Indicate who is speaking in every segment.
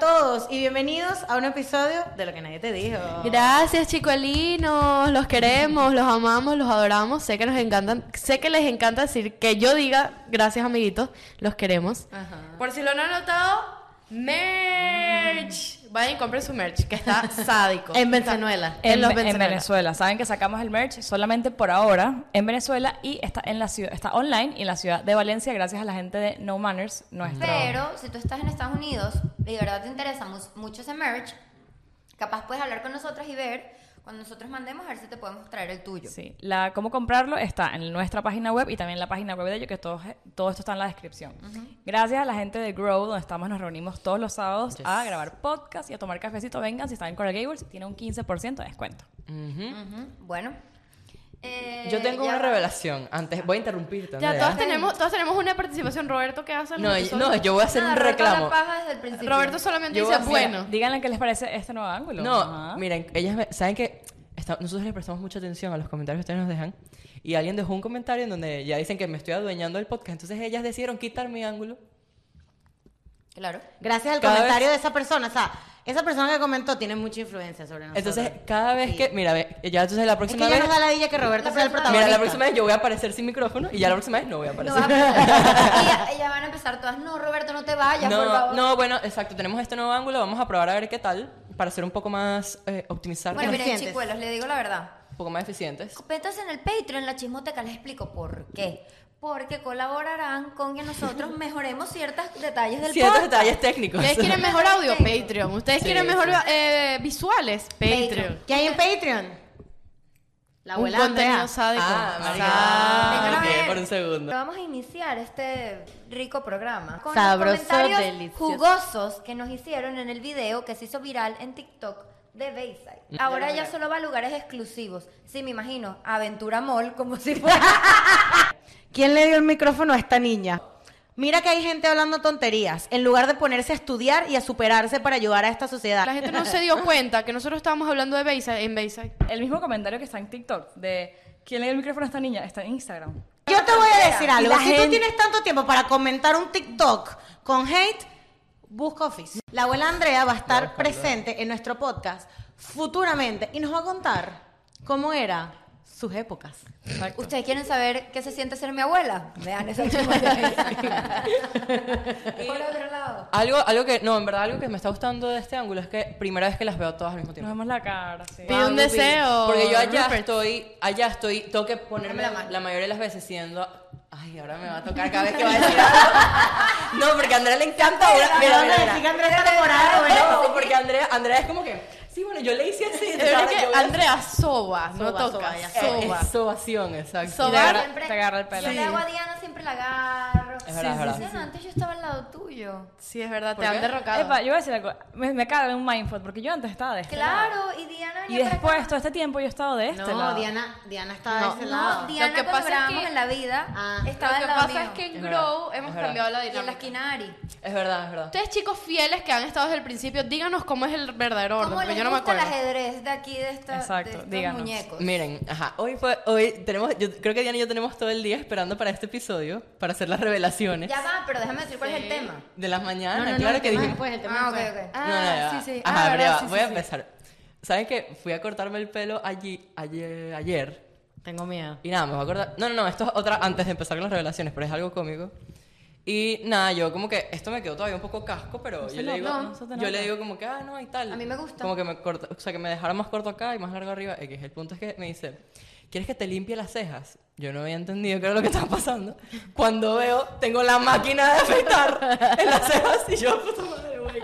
Speaker 1: todos y bienvenidos a un episodio de lo que nadie te dijo.
Speaker 2: Gracias, chicuelinos. Los queremos, los amamos, los adoramos. Sé que nos encantan, sé que les encanta decir que yo diga gracias, amiguitos. Los queremos.
Speaker 3: Ah,
Speaker 1: Ajá.
Speaker 2: Por si lo no han notado, merch. Vayan y compren su merch, que está sádico.
Speaker 1: En Venezuela.
Speaker 2: En los
Speaker 4: Ve-
Speaker 2: Venezuela.
Speaker 4: Saben que sacamos el merch solamente por ahora en Venezuela y está en la ciudad, está online y en la ciudad de Valencia gracias a la gente de No Manners, nuestro.
Speaker 5: Pero si tú estás en Estados Unidos y de verdad te interesa mu- mucho ese merch, capaz puedes hablar con nosotros y ver cuando nosotros mandemos a ver si te podemos traer el tuyo.
Speaker 4: Sí, la cómo comprarlo está en nuestra página web y también en la página web de ellos, que todo, todo esto está en la descripción. Gracias a la gente de Grow, donde estamos, nos reunimos todos los sábados a grabar podcast y a tomar cafecito. Vengan, si están en Coral Gables, tiene un 15% de descuento.
Speaker 5: Ujú, Bueno. Eh,
Speaker 3: Yo tengo
Speaker 5: ya
Speaker 3: una
Speaker 5: va.
Speaker 3: revelación. Antes voy a interrumpirte.
Speaker 2: Ya,
Speaker 3: Andrea.
Speaker 2: todos tenemos, todos tenemos una participación. Roberto, ¿qué hace? en
Speaker 3: No,
Speaker 2: el
Speaker 3: yo-
Speaker 2: episodio?
Speaker 3: no, yo voy a hacer
Speaker 5: Nada,
Speaker 3: un
Speaker 5: rompa la
Speaker 3: reclamo.
Speaker 5: paja desde el principio.
Speaker 2: Roberto solamente
Speaker 3: Yo
Speaker 2: dice,
Speaker 3: voy a hacer-
Speaker 2: bueno.
Speaker 4: Díganle qué les parece este nuevo ángulo.
Speaker 3: No,
Speaker 4: Ajá.
Speaker 3: miren, ellas me- saben que está- nosotros les prestamos mucha atención a los comentarios que ustedes nos dejan. Y alguien dejó un comentario en donde ya dicen que me estoy adueñando del podcast. Entonces ellas decidieron quitar mi ángulo.
Speaker 5: Claro.
Speaker 1: Gracias al
Speaker 3: Cada
Speaker 1: comentario
Speaker 3: vez-
Speaker 1: de esa persona. O sea, esa persona que comentó tiene mucha influencia sobre nosotros.
Speaker 3: Entonces, cada vez
Speaker 1: Ah, Sí.
Speaker 3: que. Mira, ve, ya entonces la
Speaker 1: Es
Speaker 3: próxima
Speaker 1: que ya
Speaker 3: vez.
Speaker 1: nos da la idea que Roberto
Speaker 5: La
Speaker 1: sea el
Speaker 5: próxima-
Speaker 1: protagonista.
Speaker 3: Mira, la próxima vez yo voy a aparecer sin micrófono y ya la próxima vez no voy a
Speaker 5: No vas
Speaker 3: aparecer.
Speaker 5: a y ya, ya van a empezar todas. No, Roberto, no te vayas, por
Speaker 3: No,
Speaker 5: favor.
Speaker 3: no, bueno, exacto. Tenemos este nuevo ángulo. Vamos a probar a ver qué tal para ser un poco más eh, optimizar,
Speaker 5: Bueno, miren,
Speaker 1: Eficientes.
Speaker 5: chicuelos, le digo la verdad.
Speaker 3: un poco más eficientes.
Speaker 5: Métanse en el Patreon, la chismoteca, les explico por qué. Porque colaborarán con que nosotros mejoremos ciertos detalles del
Speaker 3: Ciertos
Speaker 5: podcast.
Speaker 3: detalles técnicos.
Speaker 2: ¿Ustedes quieren mejor audio?
Speaker 5: Patreon.
Speaker 2: Patreon. ¿Ustedes
Speaker 3: Sí,
Speaker 2: quieren mejor
Speaker 3: sí.
Speaker 2: eh, visuales? Patreon.
Speaker 5: Patreon.
Speaker 1: ¿Qué hay en Patreon? La
Speaker 2: Un
Speaker 1: abuela de Andrea.
Speaker 2: contenido sádico.
Speaker 3: Ah, marica.
Speaker 5: Venga,
Speaker 3: Ah,
Speaker 5: a
Speaker 3: ok,
Speaker 5: ver.
Speaker 3: por un segundo.
Speaker 5: Pero Vamos a iniciar este rico programa con
Speaker 1: Sabroso,
Speaker 5: los comentarios
Speaker 1: delicioso.
Speaker 5: jugosos que nos hicieron en el video que se hizo viral en TikTok de Bayside. Ahora ya solo va a lugares exclusivos. Sí, me imagino, Aventura Mall, como si fuera.
Speaker 1: ¿Quién le dio el micrófono a esta niña? Mira que hay gente hablando tonterías, en lugar de ponerse a estudiar y a superarse para ayudar a esta sociedad.
Speaker 2: La gente no se dio cuenta que nosotros estábamos hablando de Bayside en Bayside.
Speaker 4: El mismo comentario que está en TikTok de ¿Quién le dio el micrófono a esta niña? Está en Instagram.
Speaker 1: Yo te voy a decir
Speaker 4: Y
Speaker 1: algo.
Speaker 4: la
Speaker 1: Si tú
Speaker 4: gente-
Speaker 1: tienes tanto tiempo para comentar un TikTok con hate, busca Office. La abuela Andrea va a estar presente en nuestro podcast futuramente y nos va a contar cómo eran sus épocas.
Speaker 5: ¿Ustedes quieren saber qué se siente ser mi abuela? Vean esa chismoteca. Por otro lado.
Speaker 3: Algo, algo que, no, en verdad, algo que me está gustando de este ángulo es que primera vez que las veo todas al mismo
Speaker 4: Nos
Speaker 3: tiempo.
Speaker 4: vemos la cara, sí.
Speaker 2: Pide un deseo.
Speaker 3: Porque yo allá
Speaker 2: Rupert.
Speaker 3: estoy, allá estoy, tengo que ponerme
Speaker 5: Dame la
Speaker 3: la,
Speaker 5: mano.
Speaker 3: mayoría de las veces siendo, ay, ahora me va a tocar cada vez que va a decir algo. No, porque a Andrea le encanta ahora.
Speaker 1: Pero
Speaker 3: Mira,
Speaker 1: vamos a
Speaker 3: mira,
Speaker 1: decir que
Speaker 3: mira.
Speaker 1: Andrea está enamorada de Roberto.
Speaker 3: No, porque Andrea, Andrea es como que, sí, bueno, yo le hice así.
Speaker 2: Es
Speaker 3: entonces ahora
Speaker 2: verdad
Speaker 3: yo
Speaker 2: que
Speaker 3: voy a-
Speaker 2: Andrea soba, no
Speaker 1: Soba,
Speaker 2: toca,
Speaker 1: soba, ya
Speaker 3: Eh,
Speaker 2: soba.
Speaker 3: Es sobación, exacto.
Speaker 2: Soba.
Speaker 5: Yo
Speaker 2: agarra-
Speaker 5: siempre-
Speaker 4: te agarra el pelo.
Speaker 5: Yo
Speaker 4: Sí.
Speaker 5: le hago a Diana, siempre la agarro.
Speaker 3: Es verdad, es verdad.
Speaker 5: Sí, sí, sí. No, antes yo estaba al lado tuyo.
Speaker 2: Sí, es verdad,
Speaker 3: ¿Por
Speaker 2: te han
Speaker 3: qué?
Speaker 2: derrocado.
Speaker 4: Epa, yo voy a decir algo. Me, me cago en un mindfuck porque yo antes estaba de este lado.
Speaker 5: Claro, y Diana
Speaker 4: Y
Speaker 5: venía para
Speaker 4: después,
Speaker 5: acá.
Speaker 4: todo este tiempo, yo he estado de este lado.
Speaker 1: No, Diana, Diana está de
Speaker 2: No,
Speaker 1: ese
Speaker 5: No,
Speaker 1: lado.
Speaker 5: Diana
Speaker 2: Lo que
Speaker 5: cuando
Speaker 2: pasa es
Speaker 5: grabamos
Speaker 2: que-
Speaker 5: en la vida
Speaker 1: Ah.
Speaker 5: estaba
Speaker 2: Lo
Speaker 5: al
Speaker 2: que
Speaker 5: lado
Speaker 2: pasa
Speaker 5: mío.
Speaker 2: es que en
Speaker 3: Es
Speaker 2: Grow
Speaker 3: verdad,
Speaker 2: hemos
Speaker 3: es verdad.
Speaker 2: cambiado la
Speaker 5: Y en la
Speaker 2: dinámica.
Speaker 5: esquina Ari.
Speaker 3: Es verdad, es verdad.
Speaker 2: Ustedes chicos fieles que han estado desde el principio, díganos cómo es el verdadero orden,
Speaker 5: ¿Cómo
Speaker 2: porque
Speaker 5: les
Speaker 2: pues yo no me
Speaker 5: gusta el
Speaker 2: acuerdo.
Speaker 5: ajedrez de aquí de, esta,
Speaker 4: Exacto,
Speaker 5: de estos
Speaker 4: díganos.
Speaker 1: Pues.
Speaker 5: muñecos?
Speaker 3: Miren, ajá, hoy fue, hoy tenemos, yo creo que Diana y yo tenemos todo el día esperando para este episodio, para hacer las revelaciones
Speaker 5: Ya va, pero déjame decir cuál es el tema.
Speaker 3: de las mañanas,
Speaker 1: No, no, no,
Speaker 3: claro
Speaker 1: el
Speaker 3: que
Speaker 1: tema
Speaker 3: dijimos.
Speaker 1: después, el tema
Speaker 5: Ah, ok,
Speaker 1: después.
Speaker 5: ok.
Speaker 3: No, no, ya va.
Speaker 2: sí, sí.
Speaker 3: Ajá,
Speaker 2: Ah,
Speaker 3: pero
Speaker 2: verdad,
Speaker 3: ya va,
Speaker 2: sí,
Speaker 3: voy
Speaker 2: sí,
Speaker 3: a
Speaker 2: sí.
Speaker 3: empezar. ¿Saben qué? Fui a cortarme el pelo allí ayer, ayer
Speaker 1: Tengo miedo.
Speaker 3: y nada, me voy a cortar. No, no, no, esto es otra antes de empezar con las revelaciones, pero es algo cómico. Y nada, yo como que esto me quedó todavía un poco casco, pero yo le
Speaker 4: nota,
Speaker 3: digo,
Speaker 4: no se te
Speaker 3: yo le
Speaker 4: nota.
Speaker 3: digo como que ah, no, y tal.
Speaker 5: A mí me gusta.
Speaker 3: Como que me corta, o sea, que me dejara más corto acá y más largo arriba. X. El punto es que me dice, ¿quieres que te limpie las cejas? Yo no había entendido qué era lo que estaba pasando. Cuando veo, tengo la máquina de afeitar en las cejas y yo, puta madre, güey.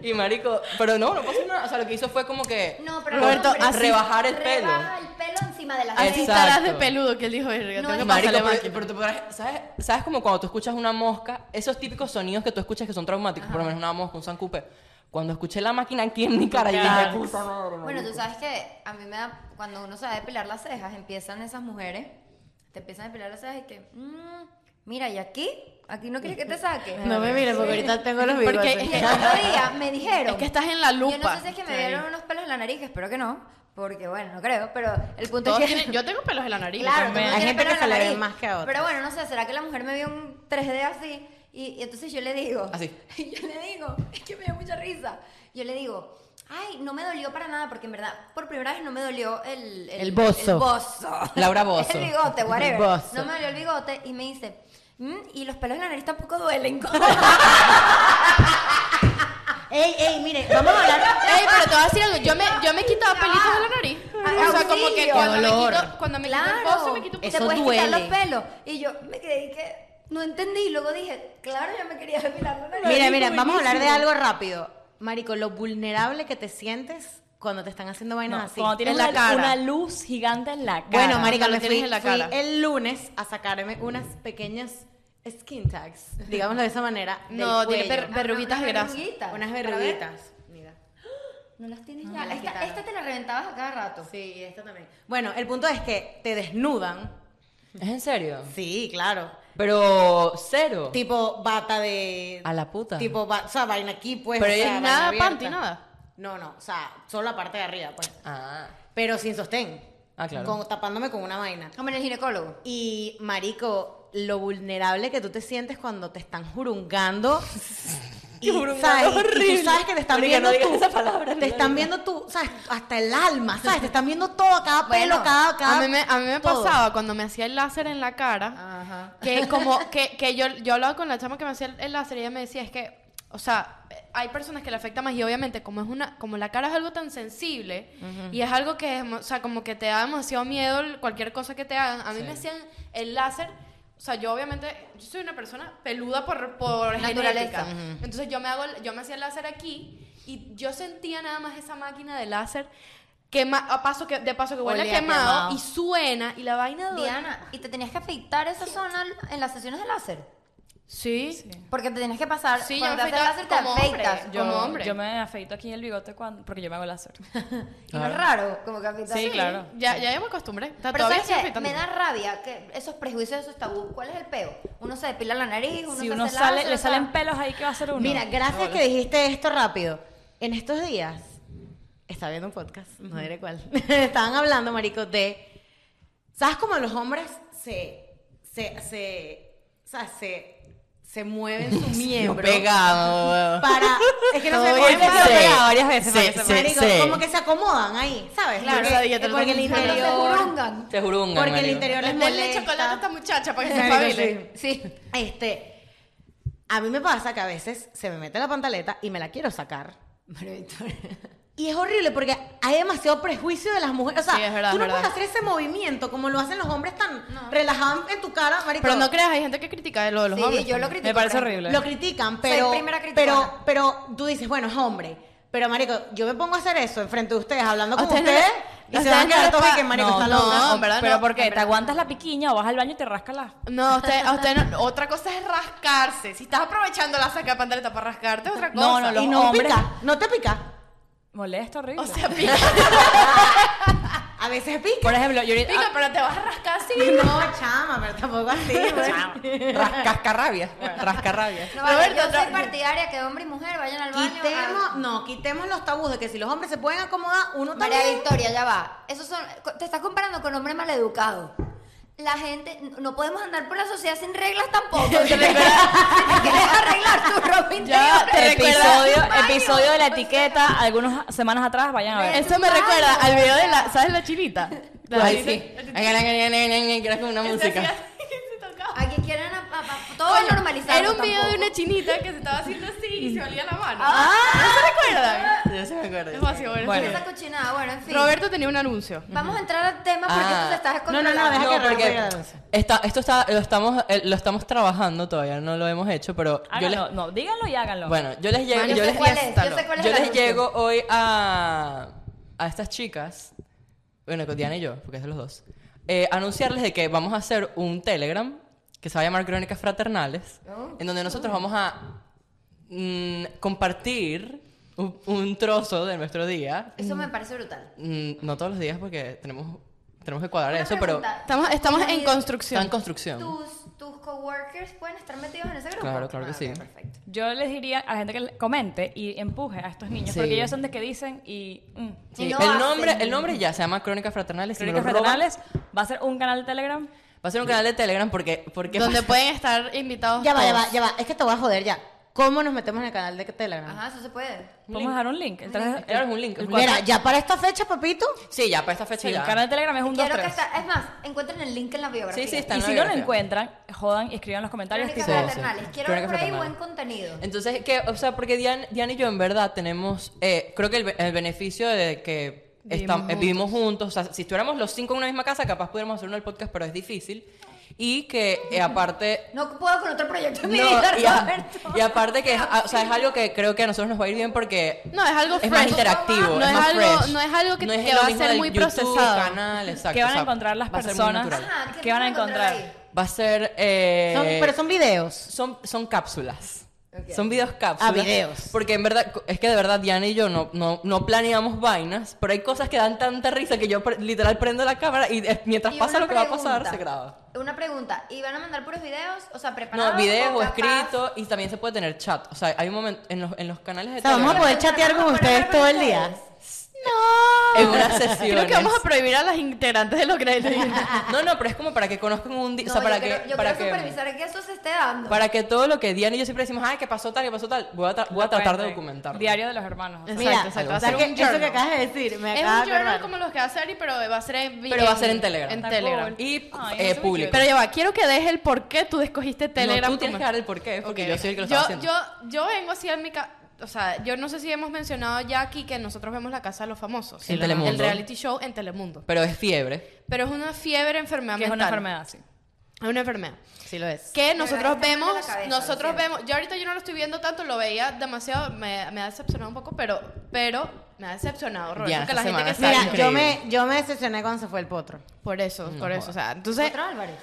Speaker 3: Y marico, pero no, no pasó nada. O sea, lo que hizo fue como que
Speaker 5: No, pero
Speaker 3: Roberto,
Speaker 5: no, hombre,
Speaker 3: así- rebajar el pelo.
Speaker 5: Rebaja el pelo encima de la
Speaker 3: Así
Speaker 2: Así
Speaker 5: cabeza.
Speaker 3: está.
Speaker 2: estarás de
Speaker 3: Exacto.
Speaker 2: peludo, que él dijo, "Verga,
Speaker 5: No,
Speaker 2: tengo
Speaker 5: es-
Speaker 2: que
Speaker 3: Marico,
Speaker 2: pasarle
Speaker 3: pero,
Speaker 2: máquina".
Speaker 3: pero te podrás- ¿sabes, ¿sabes como cuando tú escuchas una mosca? Esos típicos sonidos que tú escuchas que son traumáticos, por lo menos una mosca, un sancupe. Cuando escuché la máquina aquí en mi cara, yo dije, puta madre,
Speaker 5: Bueno, tú sabes que a mí me da, cuando uno se va a depilar las cejas, empiezan esas mujeres, te empiezan a depilar las cejas y que, "Mm, mira, ¿y aquí? ¿Aquí no quieres que te saque?
Speaker 1: No me mires porque ahorita tengo los
Speaker 2: Porque
Speaker 1: bigotes.
Speaker 2: es
Speaker 5: Y el otro día me
Speaker 2: Es
Speaker 5: dijeron.
Speaker 2: que estás en la lupa.
Speaker 5: Yo no sé si es que me
Speaker 2: Claro.
Speaker 5: dieron unos pelos en la nariz, que espero que no, porque bueno, no creo, pero el punto
Speaker 2: Todos
Speaker 5: es que.
Speaker 2: tienen- yo tengo pelos en la nariz.
Speaker 5: claro, todo el mundo
Speaker 1: Hay
Speaker 5: tiene
Speaker 1: gente
Speaker 5: pelo
Speaker 1: que
Speaker 5: en la
Speaker 1: se le ve
Speaker 5: nariz.
Speaker 1: más que a otros.
Speaker 5: Pero bueno, no sé, será que la mujer me vio un 3D así y, y entonces yo le digo.
Speaker 3: Así.
Speaker 5: Yo le digo, es que me dio mucha risa. yo le digo, ay, no me dolió para nada, porque en verdad, por primera vez no me dolió el...
Speaker 6: El bozo.
Speaker 5: el bozo.
Speaker 3: Laura Bozo.
Speaker 5: el bigote, whatever.
Speaker 6: El bozo.
Speaker 5: No me dolió el bigote y me dice, "Mm, y los pelos en la nariz tampoco duelen.
Speaker 1: Ey, ey, mire, vamos a hablar.
Speaker 2: Ey, pero te voy a decir algo. Yo me, yo me he quitado pelitos de la nariz.
Speaker 5: Ay,
Speaker 2: o sea, como que
Speaker 5: auxilio.
Speaker 2: cuando me,
Speaker 6: Dolor.
Speaker 2: quito, cuando me quito el bozo, me quito un
Speaker 5: te
Speaker 6: Eso
Speaker 5: puedes
Speaker 6: duele.
Speaker 5: quitar los pelos. Y yo me quedé y que no entendí. Y luego dije, claro, yo me quería depilar la nariz.
Speaker 1: Mira, mira, vamos a hablar de algo rápido. Marico, lo vulnerable que te sientes cuando te están haciendo
Speaker 4: No,
Speaker 1: vainas así.
Speaker 4: cuando tienes
Speaker 2: en la
Speaker 4: una,
Speaker 2: cara.
Speaker 4: una luz gigante en la cara.
Speaker 1: Bueno,
Speaker 2: Mari-
Speaker 1: marica,
Speaker 2: Cuando
Speaker 1: me
Speaker 2: lo
Speaker 1: fui,
Speaker 2: tienes en la
Speaker 1: fui
Speaker 2: cara.
Speaker 1: el lunes a sacarme unas pequeñas skin tags, digámoslo de esa manera. del
Speaker 2: No, tiene
Speaker 1: cuello.
Speaker 2: per- verruguitas
Speaker 5: unas
Speaker 2: grasas.
Speaker 5: verruguitas.
Speaker 1: unas
Speaker 5: Para ver.
Speaker 1: verruguitas. Mira.
Speaker 5: No las tienes
Speaker 1: me
Speaker 5: ya.
Speaker 1: las
Speaker 5: Esta,
Speaker 1: quitaron.
Speaker 5: esta te la reventabas a cada rato.
Speaker 1: Sí, esta también. Bueno, el punto es que te desnudan.
Speaker 3: ¿Es en serio?
Speaker 1: Sí, claro.
Speaker 3: Pero cero.
Speaker 1: Tipo bata de.
Speaker 3: A la puta.
Speaker 1: Tipo, ba- o sea, vaina aquí, pues.
Speaker 3: Pero
Speaker 1: o sea,
Speaker 3: ella-
Speaker 1: vaina
Speaker 2: Nada,
Speaker 1: abierta.
Speaker 2: panty, nada.
Speaker 1: No, no, o sea, solo la parte de arriba, pues.
Speaker 3: Ah.
Speaker 1: Pero sin sostén.
Speaker 3: Ah, claro.
Speaker 1: Con- tapándome con una vaina.
Speaker 5: Como en el ginecólogo.
Speaker 1: Y, marico, lo vulnerable que tú te sientes cuando te están jurungando. Y,
Speaker 3: Jurungando
Speaker 1: ¿sabes? Y- y
Speaker 3: horrible.
Speaker 1: tú sabes que te están
Speaker 3: Marica,
Speaker 1: viendo
Speaker 3: no digas
Speaker 1: tú.
Speaker 3: esa palabra, no
Speaker 1: te
Speaker 3: la
Speaker 1: están viendo tú, ¿sabes? Hasta el alma, ¿sabes? Te están viendo todo, cada pelo,
Speaker 5: Bueno,
Speaker 1: cada, cada...
Speaker 2: A mí me, a mí me
Speaker 1: todo.
Speaker 2: pasaba cuando me hacía el láser en la cara, que como que, que yo, yo hablaba con la chama que me hacía el, el láser y ella me decía, es que, o sea, eh, hay personas que le afecta más y obviamente como es una como la cara es algo tan sensible y es algo que, es mo- o sea, como que te da demasiado miedo el- cualquier cosa que te hagan. A mí me hacían el láser, o sea, yo obviamente, yo soy una persona peluda por, por
Speaker 5: Naturaleza.
Speaker 2: genética. Entonces yo me hago, el- yo me hacía el láser aquí y yo sentía nada más esa máquina de láser quema, a paso que de paso que huele a
Speaker 1: Olía
Speaker 2: quemado,
Speaker 1: quemado.
Speaker 2: y suena y la vaina duele.
Speaker 5: Diana, ¿y te tenías que afeitar esa zona en las sesiones de láser?
Speaker 2: Sí.
Speaker 5: Porque te tenías que pasar.
Speaker 2: Sí,
Speaker 5: cuando
Speaker 2: yo me
Speaker 5: te haces
Speaker 2: afeitaba
Speaker 5: láser, te
Speaker 2: como hombre.
Speaker 5: afeitas.
Speaker 4: Yo,
Speaker 2: como hombre.
Speaker 4: yo me afeito aquí el bigote cuando, porque yo me hago láser.
Speaker 5: Y no es raro, como que afeitas.
Speaker 4: Sí, claro.
Speaker 2: Ya, ya yo me acostumbré. Ta-
Speaker 5: Pero
Speaker 2: todavía
Speaker 5: ¿sabes
Speaker 2: estoy
Speaker 5: qué?
Speaker 2: afeitando.
Speaker 5: Me da rabia que esos prejuicios, esos tabús. ¿Cuál es el peo? Uno se depila la nariz, uno
Speaker 4: si
Speaker 5: se
Speaker 4: uno
Speaker 5: hace
Speaker 4: sale,
Speaker 5: láser,
Speaker 4: le
Speaker 5: o sea,
Speaker 4: salen pelos ahí, ¿qué va a hacer uno?
Speaker 1: Mira, gracias que dijiste esto rápido. En estos días, estaba viendo un podcast, no diré cuál. Estaban hablando, marico, de. ¿Sabes cómo los hombres se. se. se. o sea, se. se mueven su miembro?
Speaker 3: Pegado.
Speaker 1: Para. Es que no se
Speaker 3: Todo
Speaker 1: mueven,
Speaker 3: bien,
Speaker 1: pero
Speaker 3: sí.
Speaker 1: pegado.
Speaker 4: varias veces.
Speaker 3: Sí,
Speaker 4: para que se
Speaker 3: sí.
Speaker 1: Marico, como que se acomodan ahí, ¿sabes?
Speaker 2: Claro,
Speaker 1: porque,
Speaker 2: o sea, ya te lo
Speaker 1: porque el
Speaker 2: están
Speaker 5: cuando se
Speaker 1: interior.
Speaker 5: jurungan.
Speaker 3: Te jurungan,
Speaker 1: Porque el
Speaker 3: marico.
Speaker 1: interior les
Speaker 2: Les denle
Speaker 1: molesta.
Speaker 2: chocolate a esta muchacha para que se
Speaker 1: Marico,
Speaker 2: espabile.
Speaker 5: Sí.
Speaker 1: Este, a mí me pasa que a veces se me mete la pantaleta y me la quiero sacar. Y es horrible porque hay demasiado prejuicio de las mujeres. O sea,
Speaker 2: Sí, es verdad,
Speaker 1: tú no
Speaker 2: es verdad.
Speaker 1: puedes hacer ese movimiento como lo hacen los hombres tan relajados en tu cara, marico.
Speaker 2: Pero no creas, hay gente que critica de lo de los
Speaker 5: Sí,
Speaker 2: hombres. pues.
Speaker 5: yo lo
Speaker 2: también.
Speaker 5: critico.
Speaker 4: Me parece
Speaker 5: por ejemplo.
Speaker 4: horrible.
Speaker 1: Lo critican,
Speaker 5: Soy
Speaker 1: pero,
Speaker 5: primera criticona.
Speaker 1: pero, pero tú dices, bueno, es hombre. Pero, marico, yo me pongo a hacer eso enfrente de ustedes, hablando con
Speaker 2: ¿A ustedes
Speaker 1: ustedes,
Speaker 2: no les-
Speaker 1: y
Speaker 2: a
Speaker 1: se van a
Speaker 2: ustedes no
Speaker 1: quedar
Speaker 2: les
Speaker 1: todos
Speaker 2: pa-
Speaker 1: y que, marico,
Speaker 2: No,
Speaker 1: está
Speaker 2: no,
Speaker 1: loca.
Speaker 2: en verdad
Speaker 4: pero
Speaker 2: no,
Speaker 4: porque
Speaker 2: en
Speaker 4: te
Speaker 2: verdad
Speaker 4: aguantas la piquiña o vas al baño y te rascas la...
Speaker 2: No, usted, a usted no, otra cosa es rascarse. Si estás aprovechando la saca de pantaleta para rascarte, es otra cosa.
Speaker 4: No, no, los
Speaker 1: y no
Speaker 4: hombres-
Speaker 1: pica, no te pica.
Speaker 4: Molesta, horrible.
Speaker 2: O sea, pica,
Speaker 1: A veces pica.
Speaker 4: por ejemplo, yo ahorita...
Speaker 2: pica, pero te vas a rascar así.
Speaker 1: No, chama, pero tampoco así. güey.
Speaker 2: pues.
Speaker 3: Rascarrabia. Rascarrabia.
Speaker 5: No, vale,
Speaker 2: Roberto,
Speaker 5: yo soy
Speaker 2: otra-
Speaker 5: partidaria que hombre y mujer vayan al baño.
Speaker 1: Quitemos,
Speaker 5: a-
Speaker 1: no, quitemos los tabús de que si los hombres se pueden acomodar, uno
Speaker 5: María
Speaker 1: también.
Speaker 5: Victoria, ya va. Esos son, co- te estás comparando con hombres maleducados. La gente, no- no podemos andar por la sociedad sin reglas tampoco. Si te quieres arreglar tu ropa
Speaker 4: Ya,
Speaker 5: interior,
Speaker 4: te episodio,
Speaker 5: recuerda-
Speaker 4: episodio de la etiqueta, algunas semanas atrás, vayan a ver.
Speaker 2: Eso me recuerda al video de la, ¿sabes la chinita? La
Speaker 3: Ay,
Speaker 2: chinita.
Speaker 3: sí. Gracias con una música.
Speaker 5: Aquí quieren a- a- a- todo
Speaker 2: Coño,
Speaker 5: normalizado.
Speaker 2: Era un video de
Speaker 5: tampoco.
Speaker 2: una chinita que se estaba haciendo así y se olía la mano. ¿No se recuerdan?
Speaker 3: Yo sí me acuerdo.
Speaker 2: Es demasiado bueno.
Speaker 4: Bueno.
Speaker 5: Esa cochinada, Ah. bueno, en fin.
Speaker 2: Roberto tenía un anuncio.
Speaker 5: Vamos a entrar al tema porque
Speaker 3: Ah.
Speaker 5: esto te estás
Speaker 1: No, no,
Speaker 5: descontrolando.
Speaker 1: no, deja que
Speaker 3: No, porque
Speaker 1: Roberto diga.
Speaker 3: está, esto está, lo, estamos, eh, lo estamos trabajando todavía, no lo hemos hecho, pero
Speaker 5: Ah,
Speaker 3: yo les,
Speaker 4: Háganlo, no, díganlo y háganlo.
Speaker 3: bueno, yo les llego,
Speaker 5: Yo
Speaker 3: yo
Speaker 5: sé
Speaker 3: les,
Speaker 5: cuál es, yo sé cuál es
Speaker 3: yo
Speaker 5: el
Speaker 3: les
Speaker 5: anuncio.
Speaker 3: llego hoy a, a estas chicas, bueno, con Diana y yo, porque es de los dos, eh, anunciarles de que vamos a hacer un Telegram que se va a llamar Crónicas Fraternales,
Speaker 5: Oh,
Speaker 3: en donde nosotros vamos a mm, compartir un, un trozo de nuestro día.
Speaker 5: Eso me parece brutal.
Speaker 3: Mm, no todos los días porque tenemos, tenemos que cuadrar
Speaker 5: Una
Speaker 3: eso,
Speaker 5: pregunta,
Speaker 2: Estamos, estamos en
Speaker 3: pero está en
Speaker 2: construcción.
Speaker 3: construcción.
Speaker 5: ¿Tus, tus coworkers pueden estar metidos en ese grupo?
Speaker 3: Claro, claro que
Speaker 5: Ah,
Speaker 3: sí.
Speaker 5: Perfecto.
Speaker 4: Yo les diría a la gente que le- comente y empuje a estos niños,
Speaker 3: Sí.
Speaker 4: porque ellos son de que dicen y... mm.
Speaker 3: Sí,
Speaker 5: Y lo
Speaker 3: el, nombre,
Speaker 5: hacen.
Speaker 3: el nombre ya se llama Crónicas Fraternales. si me
Speaker 4: Crónicas
Speaker 3: lo roban,
Speaker 4: Fraternales va a ser un canal de Telegram.
Speaker 3: Va a ser un canal de Telegram porque... porque
Speaker 2: Donde pueden estar invitados.
Speaker 1: Ya va, ya va,
Speaker 2: todos.
Speaker 1: ya va. Es que te voy a joder ya. cómo nos metemos en el canal de Telegram.
Speaker 5: Ajá, eso se puede.
Speaker 4: Podemos dejar un link. eh, El tres-
Speaker 3: Claro, es un link. el
Speaker 1: Mira,
Speaker 3: cuatro.
Speaker 1: ya para esta fecha, papito,
Speaker 3: Sí, ya para esta fecha
Speaker 4: el
Speaker 3: ya.
Speaker 4: canal de Telegram es un
Speaker 5: Quiero
Speaker 4: 2-3.
Speaker 5: que está, es más, encuentren el link en la biografía.
Speaker 3: Sí, sí, está.
Speaker 4: Y
Speaker 3: en la
Speaker 4: si no lo
Speaker 3: biografía.
Speaker 4: encuentran, jodan y escriban en los comentarios.
Speaker 5: Crónicas
Speaker 3: Sí,
Speaker 4: tipo,
Speaker 3: sí.
Speaker 5: fraternales. Quiero ver
Speaker 3: Crónicas
Speaker 5: por ahí buen
Speaker 3: fraternales.
Speaker 5: contenido.
Speaker 3: Entonces, que, o sea, porque Diana, Diana y yo en verdad tenemos, eh, creo que el, be- el beneficio de que estam- eh, vivimos juntos, o sea, si estuviéramos los cinco en una misma casa, capaz pudiéramos hacer uno del podcast, pero es difícil. Y que eh, aparte
Speaker 5: No puedo con otro proyecto en mi
Speaker 3: No,
Speaker 5: vida,
Speaker 3: y, a-
Speaker 5: Roberto.
Speaker 3: y aparte que es, a- o sea, es algo que creo que a nosotros nos va a ir bien porque
Speaker 2: No, es algo
Speaker 3: es más
Speaker 2: fresh.
Speaker 3: interactivo,
Speaker 2: No
Speaker 3: es,
Speaker 2: es
Speaker 3: más
Speaker 2: algo-
Speaker 3: fresh.
Speaker 2: no es algo que- que
Speaker 3: lo
Speaker 2: va a
Speaker 3: mismo
Speaker 2: ser
Speaker 3: del
Speaker 2: muy
Speaker 3: YouTube,
Speaker 2: procesado.
Speaker 3: canal, exacto,
Speaker 4: ¿Qué van a
Speaker 3: o sea,
Speaker 4: encontrar las
Speaker 3: va a ser muy
Speaker 4: personas?
Speaker 3: natural.
Speaker 5: Ajá,
Speaker 4: ¿Qué van a
Speaker 5: podemos
Speaker 4: encontrar?
Speaker 5: ahí?
Speaker 3: Va a ser eh,
Speaker 1: son- pero son videos.
Speaker 3: son, son cápsulas. Son videos
Speaker 1: Ah,
Speaker 3: cápsulas.
Speaker 1: videos.
Speaker 3: Porque en verdad, es que de verdad Diana y yo no, no, no planeamos vainas, pero hay cosas que dan tanta risa que yo pre- literal prendo la cámara y eh, mientras
Speaker 5: Y
Speaker 3: pasa
Speaker 5: una
Speaker 3: lo que va a pasar,
Speaker 5: pregunta.
Speaker 3: se graba.
Speaker 5: Una pregunta, ¿y van a mandar puros videos? O sea, preparados.
Speaker 3: No, videos o
Speaker 5: capaz-
Speaker 3: escritos y también se puede tener chat. O sea, hay un momento en los, en los canales de
Speaker 1: O sea, vamos a
Speaker 3: Telegram,
Speaker 1: poder chatear con ustedes todo el día.
Speaker 3: en una
Speaker 2: Creo que vamos a prohibir a las integrantes de los créditos.
Speaker 3: No, no, pero es como para que conozcan un día.
Speaker 5: No,
Speaker 3: o sea, para
Speaker 5: yo quiero,
Speaker 3: que.
Speaker 5: yo
Speaker 3: para
Speaker 5: quiero
Speaker 3: que,
Speaker 5: supervisar que eso se esté dando.
Speaker 3: para que todo lo que Diana y yo siempre decimos, ay, que pasó tal, que pasó tal, voy a, tra- voy a tratar de
Speaker 4: cuenten.
Speaker 3: documentarlo.
Speaker 4: Diario de los hermanos. o sea,
Speaker 1: Mira,
Speaker 2: Exacto, exacto,
Speaker 1: o sea,
Speaker 2: hacer
Speaker 1: que
Speaker 2: un
Speaker 1: eso que
Speaker 2: journal.
Speaker 1: acabas de decir, me acaba
Speaker 2: Es un
Speaker 1: de acordar.
Speaker 2: journal como los que hace Ari, pero va a ser en
Speaker 3: Pero va a ser en Telegram.
Speaker 2: En
Speaker 3: Está
Speaker 2: Telegram.
Speaker 4: cool.
Speaker 3: Y
Speaker 4: Ay,
Speaker 3: eh,
Speaker 4: eso me
Speaker 3: público.
Speaker 2: Pero ya va, quiero que dejes el por qué tú escogiste Telegram.
Speaker 3: No, tú tienes
Speaker 2: como-
Speaker 3: que dar el porqué, porque
Speaker 2: Ok.
Speaker 3: yo soy el que lo
Speaker 2: yo,
Speaker 3: está haciendo.
Speaker 2: Yo, yo vengo así en mi casa. O sea, yo no sé si hemos mencionado ya aquí que nosotros vemos la casa de los famosos.
Speaker 3: En
Speaker 2: el,
Speaker 3: Telemundo.
Speaker 2: El reality show en Telemundo.
Speaker 3: Pero es fiebre.
Speaker 2: Pero es una fiebre enfermedad
Speaker 4: Que es una
Speaker 2: mental.
Speaker 4: enfermedad, sí.
Speaker 2: Es una enfermedad.
Speaker 1: Sí lo es.
Speaker 2: Que
Speaker 5: Pero
Speaker 2: nosotros
Speaker 5: está en la
Speaker 2: vemos,
Speaker 5: cabeza, lo
Speaker 2: nosotros
Speaker 5: siento.
Speaker 2: vemos, yo ahorita yo no lo estoy viendo tanto, lo veía demasiado, me, me ha decepcionado un poco, pero, pero me ha decepcionado, Roberto,
Speaker 3: Ya,
Speaker 2: que
Speaker 3: esta
Speaker 2: la gente
Speaker 3: semana
Speaker 2: que
Speaker 3: está
Speaker 2: sale-
Speaker 1: Mira, yo
Speaker 3: increíble.
Speaker 1: me, yo me decepcioné cuando se fue el potro.
Speaker 2: Por eso, por eso, o sea, entonces,
Speaker 5: Otro Álvarez.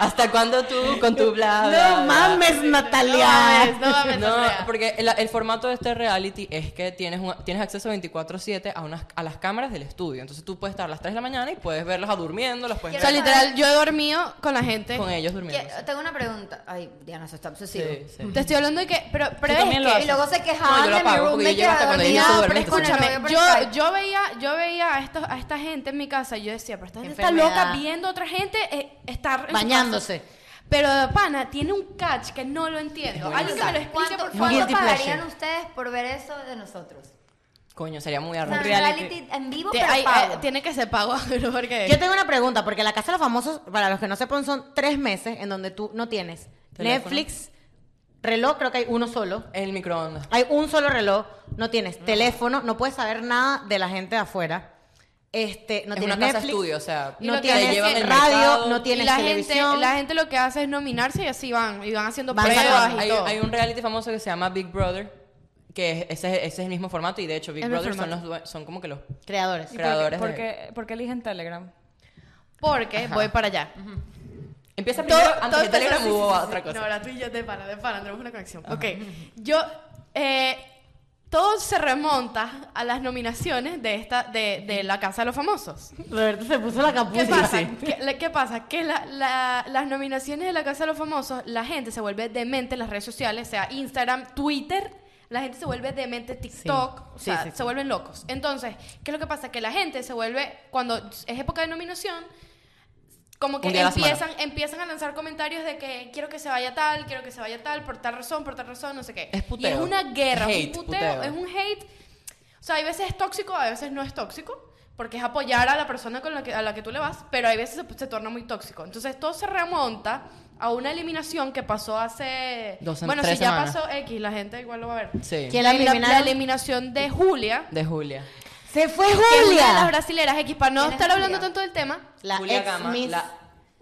Speaker 3: ¿Hasta cuándo tú con tu bla, bla,
Speaker 1: No
Speaker 3: bla?
Speaker 1: mames, Natalia.
Speaker 2: no mames, no
Speaker 3: No,
Speaker 2: mames, Andrea.
Speaker 3: porque el, el formato de este reality es que tienes, un- tienes acceso 24-7 a, unas- a las cámaras del estudio. Entonces tú puedes estar a las 3 de la mañana y puedes verlos a durmiendo, los
Speaker 2: O
Speaker 3: puedes
Speaker 2: sea,
Speaker 3: ver
Speaker 5: Quiero-
Speaker 2: literal, yo he dormido con la gente.
Speaker 3: con ellos durmiendo.
Speaker 5: Que- Tengo una pregunta. Ay, Diana, eso está obsesivo.
Speaker 3: Sí, sí.
Speaker 2: Te estoy hablando de que, pero, pero
Speaker 4: Tú
Speaker 2: es
Speaker 4: también lo
Speaker 2: que-
Speaker 4: haces.
Speaker 5: Y luego se quejaban
Speaker 3: No, yo lo
Speaker 5: de mi
Speaker 3: apago, porque yo
Speaker 5: roommate que
Speaker 3: llego hasta cuando
Speaker 5: dormía
Speaker 3: ellos se
Speaker 5: con
Speaker 3: duermen,
Speaker 5: el
Speaker 3: entonces-
Speaker 2: Escúchame,
Speaker 5: novio por
Speaker 2: yo,
Speaker 5: Skype.
Speaker 2: yo veía, yo veía a, estos- a esta gente en mi casa y yo decía, pero esta gente está
Speaker 5: enfermedad.
Speaker 2: loca viendo a otra gente eh, estar en su
Speaker 1: Bañándose.
Speaker 2: casa". Pero de pana tiene un catch que no lo entiendo. Alguien que me lo explique,
Speaker 5: ¿Cuánto,
Speaker 2: por favor.
Speaker 5: cuánto
Speaker 1: Guilty
Speaker 5: pagarían
Speaker 1: pleasure.
Speaker 5: ustedes por ver eso de nosotros?
Speaker 3: Coño, sería muy
Speaker 5: O sea, un
Speaker 3: arreglado.
Speaker 5: reality. en vivo,
Speaker 2: Te-
Speaker 5: pero
Speaker 2: hay-
Speaker 5: pago.
Speaker 2: eh, tiene que ser pago, pero porque
Speaker 1: Yo tengo una pregunta, porque la Casa de los Famosos, para los que no sepan, son tres meses en donde tú no tienes
Speaker 3: Teléfono.
Speaker 1: Netflix, reloj, creo que hay uno solo.
Speaker 3: El microondas.
Speaker 1: Hay un solo reloj, no tienes teléfono, no puedes saber nada de la gente de afuera. Este, no
Speaker 3: es
Speaker 1: tienes
Speaker 3: una casa
Speaker 1: Netflix,
Speaker 3: estudio, o sea,
Speaker 2: Y lo
Speaker 1: no
Speaker 2: que
Speaker 1: tienes
Speaker 2: te llevan el
Speaker 1: radio,
Speaker 3: mercado.
Speaker 1: no
Speaker 2: y
Speaker 1: tienes
Speaker 2: la
Speaker 1: televisión.
Speaker 2: gente, la gente lo que hace es nominarse y así van, y van haciendo
Speaker 1: Van
Speaker 2: pruebas
Speaker 1: sacando.
Speaker 2: y
Speaker 3: hay,
Speaker 2: todo.
Speaker 3: hay un reality famoso que se llama Big Brother, que es- ese, es- ese es el mismo formato y de hecho Big
Speaker 2: Es el
Speaker 3: Brother son, los,
Speaker 2: formato.
Speaker 3: due- son como que los...
Speaker 1: Creadores.
Speaker 4: ¿Y por qué-
Speaker 3: Creadores
Speaker 4: por
Speaker 3: de-
Speaker 4: qué- por qué eligen Telegram?
Speaker 2: Porque voy para allá.
Speaker 3: Empieza
Speaker 2: Todo-
Speaker 3: primero, antes
Speaker 2: todo
Speaker 3: de Telegram
Speaker 2: empezó- sí,
Speaker 3: hubo
Speaker 2: sí, sí,
Speaker 3: otra
Speaker 2: sí.
Speaker 3: cosa.
Speaker 2: No, ahora tú y yo de pana, de pana, tenemos una conexión. Ok, yo, eh, todo se remonta a las nominaciones de esta, de, de La Casa de los Famosos.
Speaker 1: Roberto se puso la
Speaker 2: ¿Qué
Speaker 1: capucha.
Speaker 2: pasa? ¿Qué, la- qué pasa? Que la- la- las nominaciones de La Casa de los Famosos, la gente se vuelve demente en las redes sociales, sea Instagram, Twitter, la gente se vuelve demente TikTok, o
Speaker 1: Sí,
Speaker 2: sea,
Speaker 1: sí, sí.
Speaker 2: se vuelven locos. Entonces, ¿qué es lo que pasa? Que la gente se vuelve, cuando es época de nominación, como que
Speaker 3: Un día a la semana.
Speaker 2: empiezan, empiezan a lanzar comentarios de que quiero que se vaya tal, quiero que se vaya tal, por tal razón, por tal razón, no sé qué.
Speaker 3: Es puteo.
Speaker 2: Y es una guerra,
Speaker 3: Hate,
Speaker 2: es un puteo,
Speaker 3: puteo.
Speaker 2: es un hate. O sea, hay veces es tóxico, a veces no es tóxico, porque es apoyar a la persona con la que, a la que tú le vas, pero hay veces se, se torna muy tóxico. Entonces todo se remonta a una eliminación que pasó hace...
Speaker 3: Dos sem-
Speaker 2: bueno,
Speaker 3: tres
Speaker 2: si ya
Speaker 3: semanas.
Speaker 2: pasó X, la gente igual lo va a ver.
Speaker 3: Sí,
Speaker 1: ¿Quién la
Speaker 2: elimina-
Speaker 1: eliminaron?
Speaker 2: eliminación de Julia,
Speaker 3: de Julia.
Speaker 1: Se fue
Speaker 2: que es una de las
Speaker 1: Julia.
Speaker 2: brasileras X, para no
Speaker 5: ¿Quién es
Speaker 2: estar hablando
Speaker 5: Julia?
Speaker 2: tanto del tema.
Speaker 1: La
Speaker 3: Julia
Speaker 1: ex
Speaker 3: Gama,
Speaker 1: Miss
Speaker 3: la,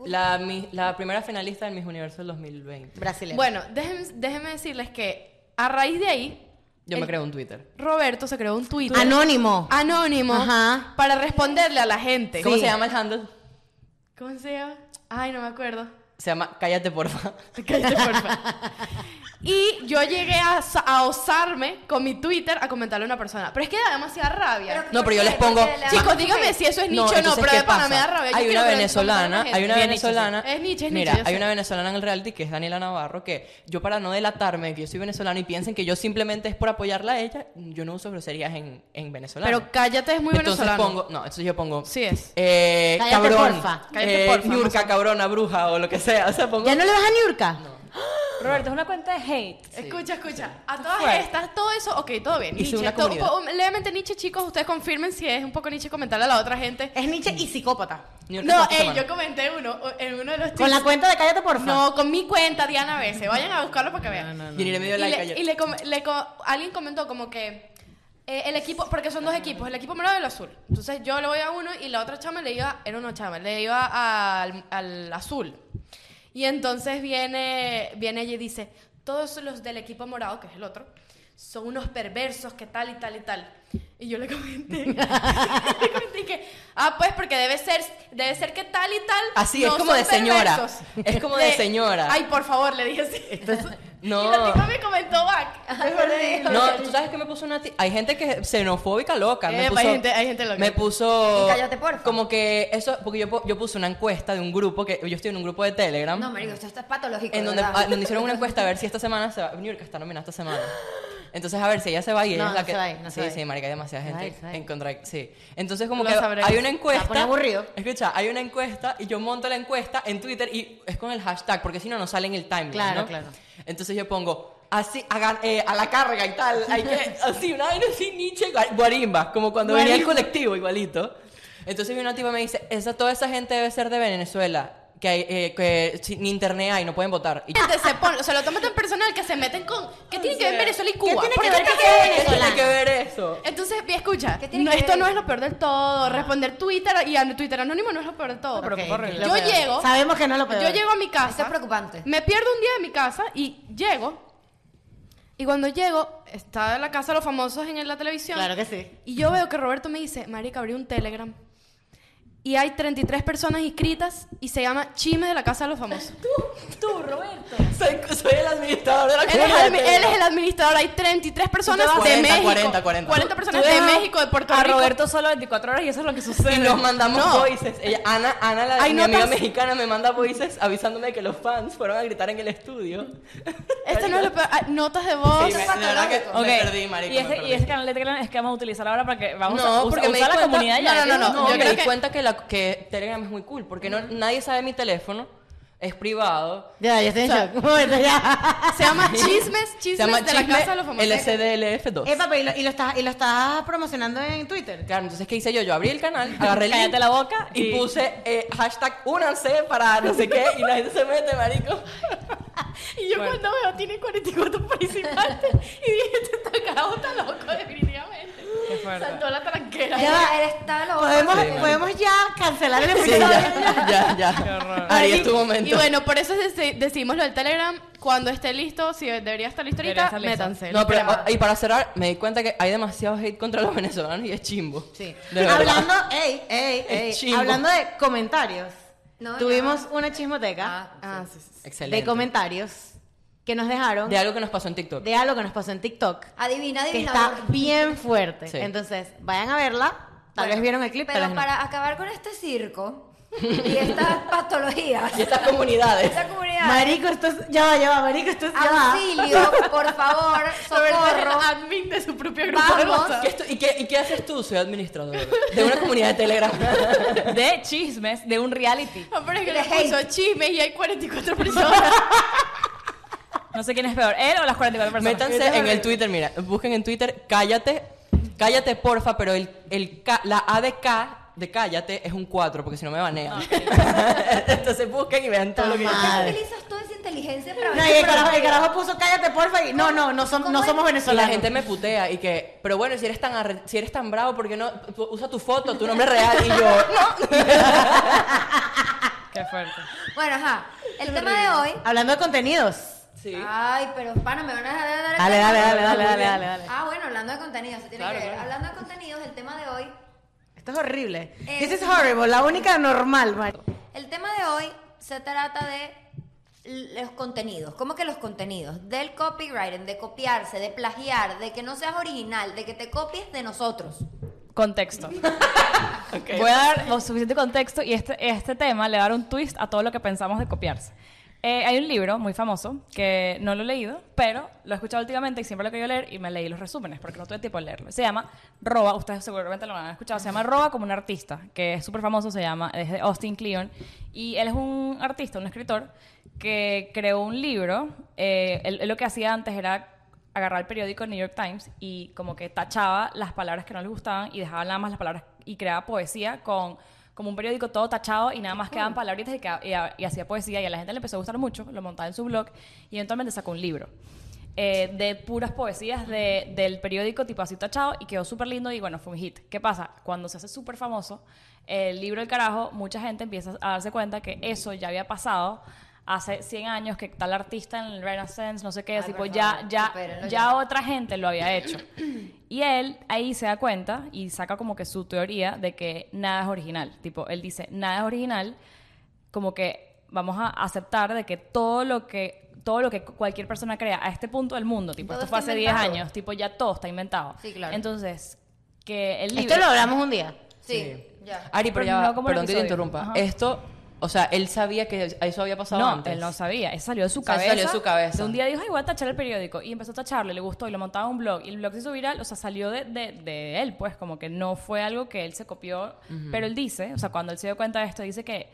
Speaker 3: la, mi- la primera finalista del Miss Universo del 2020.
Speaker 1: brasileña.
Speaker 2: Bueno, déjenme, déjenme decirles que a raíz de ahí,
Speaker 3: Yo me
Speaker 2: El-
Speaker 3: creo un Twitter.
Speaker 2: Roberto se creó un Twitter
Speaker 1: Anónimo.
Speaker 2: anónimo
Speaker 1: Ajá.
Speaker 2: para responderle a la gente.
Speaker 3: ¿Cómo se llama el handle?
Speaker 2: ¿Cómo se llama? Ay, no me acuerdo.
Speaker 3: Se llama Cállate Porfa.
Speaker 2: Cállate, porfa. Y yo llegué a, sa- a osarme con mi Twitter a comentarle a una persona. Pero es que da demasiada rabia.
Speaker 3: No, pero yo les pongo-
Speaker 2: Chicos, díganme si eso es nicho o no,
Speaker 3: entonces,
Speaker 2: pero
Speaker 3: ¿qué
Speaker 2: de pana
Speaker 3: pasa?
Speaker 2: me da rabia. Yo
Speaker 3: Hay
Speaker 2: quiero
Speaker 3: una
Speaker 2: que le-
Speaker 3: venezolana,
Speaker 2: comentar a la
Speaker 3: hay una
Speaker 2: gente.
Speaker 4: Bien nicho,
Speaker 3: venezolana.
Speaker 2: sí. Es nicho, es
Speaker 3: Mira,
Speaker 2: nicho, yo
Speaker 3: hay
Speaker 2: sé.
Speaker 3: una venezolana en el reality que es Daniela Navarro que yo para no delatarme que yo soy venezolana y piensen que yo simplemente es por apoyarla a ella, yo no uso groserías en, en venezolano.
Speaker 2: Pero cállate, es muy
Speaker 3: entonces
Speaker 2: venezolano.
Speaker 3: pongo, no, entonces yo pongo
Speaker 2: Sí es.
Speaker 3: eh,
Speaker 1: Cállate,
Speaker 3: cabrón,
Speaker 1: porfa.
Speaker 2: Cállate,
Speaker 3: eh,
Speaker 2: porfa,
Speaker 3: ñurca,
Speaker 2: no sé.
Speaker 3: cabrona, bruja o lo que sea, o sea, pongo
Speaker 1: ¿Ya no le das a Niurka?
Speaker 4: Roberto, es una cuenta de hate.
Speaker 2: Escucha, escucha. A todas
Speaker 4: Fue.
Speaker 2: estas, todo eso, ok, todo bien.
Speaker 3: Hice
Speaker 2: Nietzsche,
Speaker 3: una
Speaker 2: todo-
Speaker 3: comunidad.
Speaker 2: un po- levemente Nietzsche, chicos, ustedes confirmen si es un poco Nietzsche comentarle a la otra gente.
Speaker 1: Es Nietzsche y psicópata.
Speaker 3: ñurca
Speaker 2: No,
Speaker 3: esta
Speaker 2: ey,
Speaker 3: semana.
Speaker 2: yo comenté uno o- en uno de los
Speaker 1: Con la
Speaker 2: tweets.
Speaker 1: cuenta de Cállate, porfa.
Speaker 2: No, con mi cuenta, Diana Bese. Vayan a buscarlo para que vean.
Speaker 3: Y ni le medio
Speaker 2: Y
Speaker 3: like
Speaker 2: le-
Speaker 3: ayer.
Speaker 2: y le com- le co- alguien comentó como que eh, el equipo, porque son dos equipos, el equipo morado y el azul. Entonces yo le voy a uno y la otra chama le iba, era una chama, le iba al, al azul. Y entonces viene, viene ella y dice, todos los del equipo morado, que es el otro, son unos perversos que tal y tal y tal. Y yo le comenté, le comenté que, ah, pues porque debe ser, debe ser que tal y tal.
Speaker 3: Así, es como
Speaker 2: son
Speaker 3: de señora.
Speaker 2: perversos".
Speaker 3: Es como de señora.
Speaker 2: Ay, por favor, le dije así. Y
Speaker 3: no.
Speaker 2: la tipa me comentó back.
Speaker 3: No, tú sabes que me puso una ti- Hay gente que es xenofóbica loca. me
Speaker 2: Epa,
Speaker 3: puso,
Speaker 2: hay gente- hay gente loca.
Speaker 3: Me puso.
Speaker 5: Y cállate, porfa.
Speaker 3: Como que eso. Porque yo, pu- yo puse una encuesta de un grupo que. Yo estoy en un grupo de Telegram.
Speaker 5: No, marico, esto, esto es patológico.
Speaker 3: en
Speaker 5: de
Speaker 3: donde,
Speaker 5: verdad.
Speaker 3: a- donde hicieron una encuesta a ver si esta semana se va. New York está nominada esta semana. Entonces, a ver si ella se va y ella
Speaker 1: No,
Speaker 3: es la
Speaker 1: no
Speaker 3: que.
Speaker 1: se va a ir, no se
Speaker 3: sí,
Speaker 1: va a ir.
Speaker 3: sí, marica, hay demasiada
Speaker 1: Se va a
Speaker 3: gente
Speaker 1: ir, se va a ir.
Speaker 3: en contra. Sí. Entonces, como
Speaker 2: Lo
Speaker 3: que
Speaker 2: sabremos.
Speaker 3: hay una
Speaker 1: Se va a
Speaker 3: encuesta.
Speaker 1: poner aburrido.
Speaker 3: Escucha, hay una encuesta y yo monto la encuesta en Twitter y es con el hashtag, porque si no, no sale en el timeline.
Speaker 1: Claro,
Speaker 3: ¿no?
Speaker 1: claro.
Speaker 3: Entonces yo pongo. Así, hagan, eh, a la carga y tal. Hay que, así, una vaina así, Nietzsche, gua- guarimba, como cuando venía el colectivo, igualito. Entonces mi una tipa me dice, esa, toda esa gente debe ser de Venezuela, que, hay, eh, que si- ni internet hay, no pueden votar. Y yo,
Speaker 2: Gente se pone, se lo toman tan personal que se meten con. ¿Qué tiene que ver Venezuela y Cuba?
Speaker 1: tiene
Speaker 2: ¿Por
Speaker 1: que ver
Speaker 2: te
Speaker 1: que
Speaker 2: metes
Speaker 1: sea
Speaker 2: en
Speaker 3: ¿Qué
Speaker 2: eso?
Speaker 3: tiene
Speaker 1: venezolana?
Speaker 3: que ver eso?
Speaker 2: Entonces, vi, escucha,
Speaker 5: ¿Qué tiene
Speaker 2: no,
Speaker 5: que
Speaker 2: esto
Speaker 5: ver
Speaker 2: no
Speaker 5: eso?
Speaker 2: es lo peor del todo. Responder Twitter y a Twitter anónimo no es lo peor del todo.
Speaker 4: pero qué horrible.
Speaker 2: yo llego,
Speaker 1: Sabemos que no lo peor.
Speaker 2: yo llego a mi casa.
Speaker 5: Esto es preocupante.
Speaker 2: Me pierdo un día de mi casa y llego. Y cuando llego, está la casa de los famosos en la televisión.
Speaker 1: Claro que sí.
Speaker 2: Y yo veo que Roberto me dice, Marica, abrí un Telegram. Y hay 33 personas inscritas y se llama Chismes de la Casa de los Famosos.
Speaker 3: Soy, soy el administrador de la
Speaker 2: Él es,
Speaker 3: cuenta de
Speaker 2: el, él es el administrador, hay 33 personas
Speaker 3: Tú te vas-
Speaker 2: de
Speaker 3: 40,
Speaker 2: México.
Speaker 3: 40, 40.
Speaker 2: personas
Speaker 4: Tú
Speaker 2: de
Speaker 4: dejas
Speaker 2: México, de Puerto
Speaker 4: a
Speaker 2: Rico.
Speaker 4: Roberto solo 24 horas y eso es lo que sucede.
Speaker 3: Y nos mandamos
Speaker 2: No.
Speaker 3: voices. Ella- Ana, Ana la,
Speaker 2: Hay
Speaker 3: mi amiga
Speaker 2: notas-
Speaker 3: mexicana, me manda voices avisándome que los fans fueron a gritar en el estudio.
Speaker 2: Esto no es lo peor. Ah, Notas de
Speaker 3: Sí,
Speaker 2: voz.
Speaker 3: me- de verdad que
Speaker 4: Ok.
Speaker 3: me perdí, marico,
Speaker 4: y,
Speaker 3: me
Speaker 4: ese, y
Speaker 3: perdí.
Speaker 4: ese canal de Telegram es que vamos a utilizar ahora para que vamos a
Speaker 3: No,
Speaker 4: usa-
Speaker 3: porque me di
Speaker 4: usar la
Speaker 3: cuenta-
Speaker 4: comunidad
Speaker 3: no,
Speaker 4: ya.
Speaker 2: no, no,
Speaker 3: No,
Speaker 2: yo
Speaker 3: me
Speaker 2: creo
Speaker 3: di
Speaker 2: que-
Speaker 3: cuenta que, la, que Telegram es muy cool, porque no, nadie sabe mi teléfono, es privado.
Speaker 1: Ya, ya estoy en
Speaker 3: O sea,
Speaker 1: shock. Un momento, ya.
Speaker 2: Se llama Chismes, Chismes
Speaker 3: Se llama
Speaker 2: de la
Speaker 3: Chisme
Speaker 2: Casa de los Famosos.
Speaker 3: LCDLF2.
Speaker 1: Eh, papá, ¿y lo, y lo estás, y lo estás promocionando en Twitter?
Speaker 3: Claro, entonces, ¿qué hice yo? Yo abrí el canal, agarré el
Speaker 4: Cállate
Speaker 3: link
Speaker 4: la boca
Speaker 3: y,
Speaker 4: y-
Speaker 3: puse eh, hashtag únanse para no sé qué y la gente se mete, marico.
Speaker 2: Y yo cuando veo, tiene 44 participantes. y dije, este está cagado, está loco, definitivamente.
Speaker 4: Qué fuerte.
Speaker 2: Saltó la tranquera.
Speaker 5: Ya va, él está loco.
Speaker 1: ¿Podemos,
Speaker 3: Sí, marico.
Speaker 1: podemos ya cancelar el
Speaker 3: Sí,
Speaker 1: episodio.
Speaker 3: ya, ya,
Speaker 4: Qué horror.
Speaker 3: ya. Ahí es tu momento.
Speaker 2: Y bueno, por eso deci- decidimos lo del Telegram. Cuando esté listo, si debería estar listo
Speaker 4: Debería
Speaker 2: ahorita,
Speaker 4: estar listo.
Speaker 2: métanse.
Speaker 3: No,
Speaker 2: Los
Speaker 3: pero,
Speaker 2: queremos.
Speaker 3: y para cerrar, me di cuenta que hay demasiado hate contra los venezolanos y es chimbo.
Speaker 1: Sí.
Speaker 3: De verdad.
Speaker 1: Hablando, ey, ey,
Speaker 3: Es
Speaker 1: ey,
Speaker 3: chimbo.
Speaker 1: hablando de comentarios.
Speaker 5: No, ya
Speaker 1: tuvimos una chismoteca
Speaker 2: Ah, sí, sí.
Speaker 3: Excelente.
Speaker 1: de comentarios que nos dejaron
Speaker 3: De algo que nos pasó en TikTok.
Speaker 1: de algo que nos pasó en TikTok.
Speaker 5: Adivina,
Speaker 1: que
Speaker 5: adivina.
Speaker 1: está bien fuerte.
Speaker 3: Sí.
Speaker 1: Entonces, vayan a verla. Tal vez vieron el clip,
Speaker 5: Pero
Speaker 1: tal vez no.
Speaker 5: para acabar con este circo y estas patologías,
Speaker 3: Y estas comunidades.
Speaker 5: esta comunidad.
Speaker 1: Marico, esto es... Ya va, ya va, marico, esto es... Ya va.
Speaker 5: Auxilio, por favor,
Speaker 2: Roberto es el
Speaker 5: socorro.
Speaker 2: admin de su propio grupo de
Speaker 5: Vamos.
Speaker 2: WhatsApp.
Speaker 3: ¿Qué estu- ¿Y, qué, ¿Y qué haces tú? Soy administrador de una comunidad de Telegram.
Speaker 4: De chismes de un reality.
Speaker 2: No, pero es que
Speaker 5: De
Speaker 2: le puso
Speaker 5: hate.
Speaker 2: chismes y hay 44 personas.
Speaker 4: No sé quién es peor, él o las 44 personas.
Speaker 3: Métanse en el Twitter, mira, busquen en Twitter, cállate, cállate porfa, pero el, el K- la A de K de cállate es un 4, porque si no me banean. Entonces busquen y vean todo lo que yo
Speaker 1: Toma.
Speaker 5: ¿Cómo utilizas toda esa inteligencia para
Speaker 1: No, y el carajo, el carajo puso cállate, porfa, y no, no, no, som-
Speaker 5: ¿Cómo
Speaker 1: no
Speaker 5: es?
Speaker 1: somos
Speaker 3: Y la
Speaker 1: venezolanos.
Speaker 3: gente me putea y que, pero bueno, si eres tan arre- si eres tan bravo, ¿por qué no tú- usa tu foto, tu nombre real? Y yo, no.
Speaker 4: Qué fuerte.
Speaker 5: Bueno, ajá. El tema de hoy.
Speaker 1: Hablando de contenidos.
Speaker 3: Sí.
Speaker 5: Ah. Ay, pero pana, me van a dejar dar
Speaker 1: Dale, dale, dale, dale, dale, dale, dale.
Speaker 5: Ah, bueno, hablando de contenidos, se tiene
Speaker 3: Claro,
Speaker 5: que ver.
Speaker 3: claro.
Speaker 5: Hablando de contenidos, el tema de hoy
Speaker 1: Esto es horrible.
Speaker 5: Eh,
Speaker 1: This is horrible, la única normal, Mari.
Speaker 5: El tema de hoy se trata de los contenidos, ¿cómo que los contenidos? Del copywriting, de copiarse, de plagiar, de que no seas original, de que te copies de nosotros.
Speaker 4: Contexto. Voy a dar lo suficiente contexto y este, este tema le va a dar un twist a todo lo que pensamos de copiarse. Eh, hay un libro muy famoso que no lo he leído, pero lo he escuchado últimamente y siempre lo he querido leer y me leí los resúmenes porque no tuve tiempo de leerlo. Se llama Roba, ustedes seguramente lo han escuchado, se llama Roba como un artista, que es súper famoso, se llama, es de Austin Kleon y él es un artista, un escritor que creó un libro, eh, él- él lo que hacía antes era agarrar el periódico New York Times y como que tachaba las palabras que no les gustaban y dejaba nada más las palabras y creaba poesía con como un periódico todo tachado y nada más quedaban palabritas y, queda- y ha- y hacía poesía y a la gente le empezó a gustar mucho, lo montaba en su blog y eventualmente sacó un libro eh, de puras poesías de- del periódico tipo así tachado y quedó súper lindo y bueno, fue un hit. ¿Qué pasa? Cuando se hace súper famoso el libro del carajo, mucha gente empieza a darse cuenta que eso ya había pasado hace 100 años que tal artista en el Renaissance, no sé qué,
Speaker 5: Ay,
Speaker 4: tipo
Speaker 5: por
Speaker 4: ya,
Speaker 5: favor,
Speaker 4: ya,
Speaker 5: supérenlo
Speaker 4: ya,
Speaker 5: ya.
Speaker 4: otra gente lo había hecho. Y él ahí se da cuenta y saca como que su teoría de que nada es original. Tipo, él dice, nada es original, como que vamos a aceptar de que todo lo que todo lo que cualquier persona crea a este punto del mundo, tipo,
Speaker 5: Todo
Speaker 4: esto
Speaker 5: está
Speaker 4: fue hace 10
Speaker 5: inventado.
Speaker 4: años, tipo, ya todo está inventado.
Speaker 5: Sí, claro.
Speaker 4: Entonces, que el libro...
Speaker 1: Esto lo hablamos un día.
Speaker 5: Sí,
Speaker 3: Sí.
Speaker 5: ya.
Speaker 3: Ari, pero
Speaker 4: Pero
Speaker 3: ya va,
Speaker 4: no como el
Speaker 3: perdón que te
Speaker 4: episodio.
Speaker 3: interrumpa.
Speaker 4: Ajá.
Speaker 3: Esto, o sea, él sabía que eso había pasado
Speaker 4: No,
Speaker 3: antes.
Speaker 4: él no sabía. Eso salió de su
Speaker 3: sea, eso
Speaker 4: cabeza.
Speaker 3: salió de su cabeza.
Speaker 4: De un día dijo, ay, voy a tachar el periódico. Y empezó a tacharlo, le gustó y lo montaba en un blog. Y el blog se hizo viral, o sea, salió de, de- de él, pues, como que no fue algo que él se copió. Pero él dice, o sea, cuando él se dio cuenta de esto, dice que,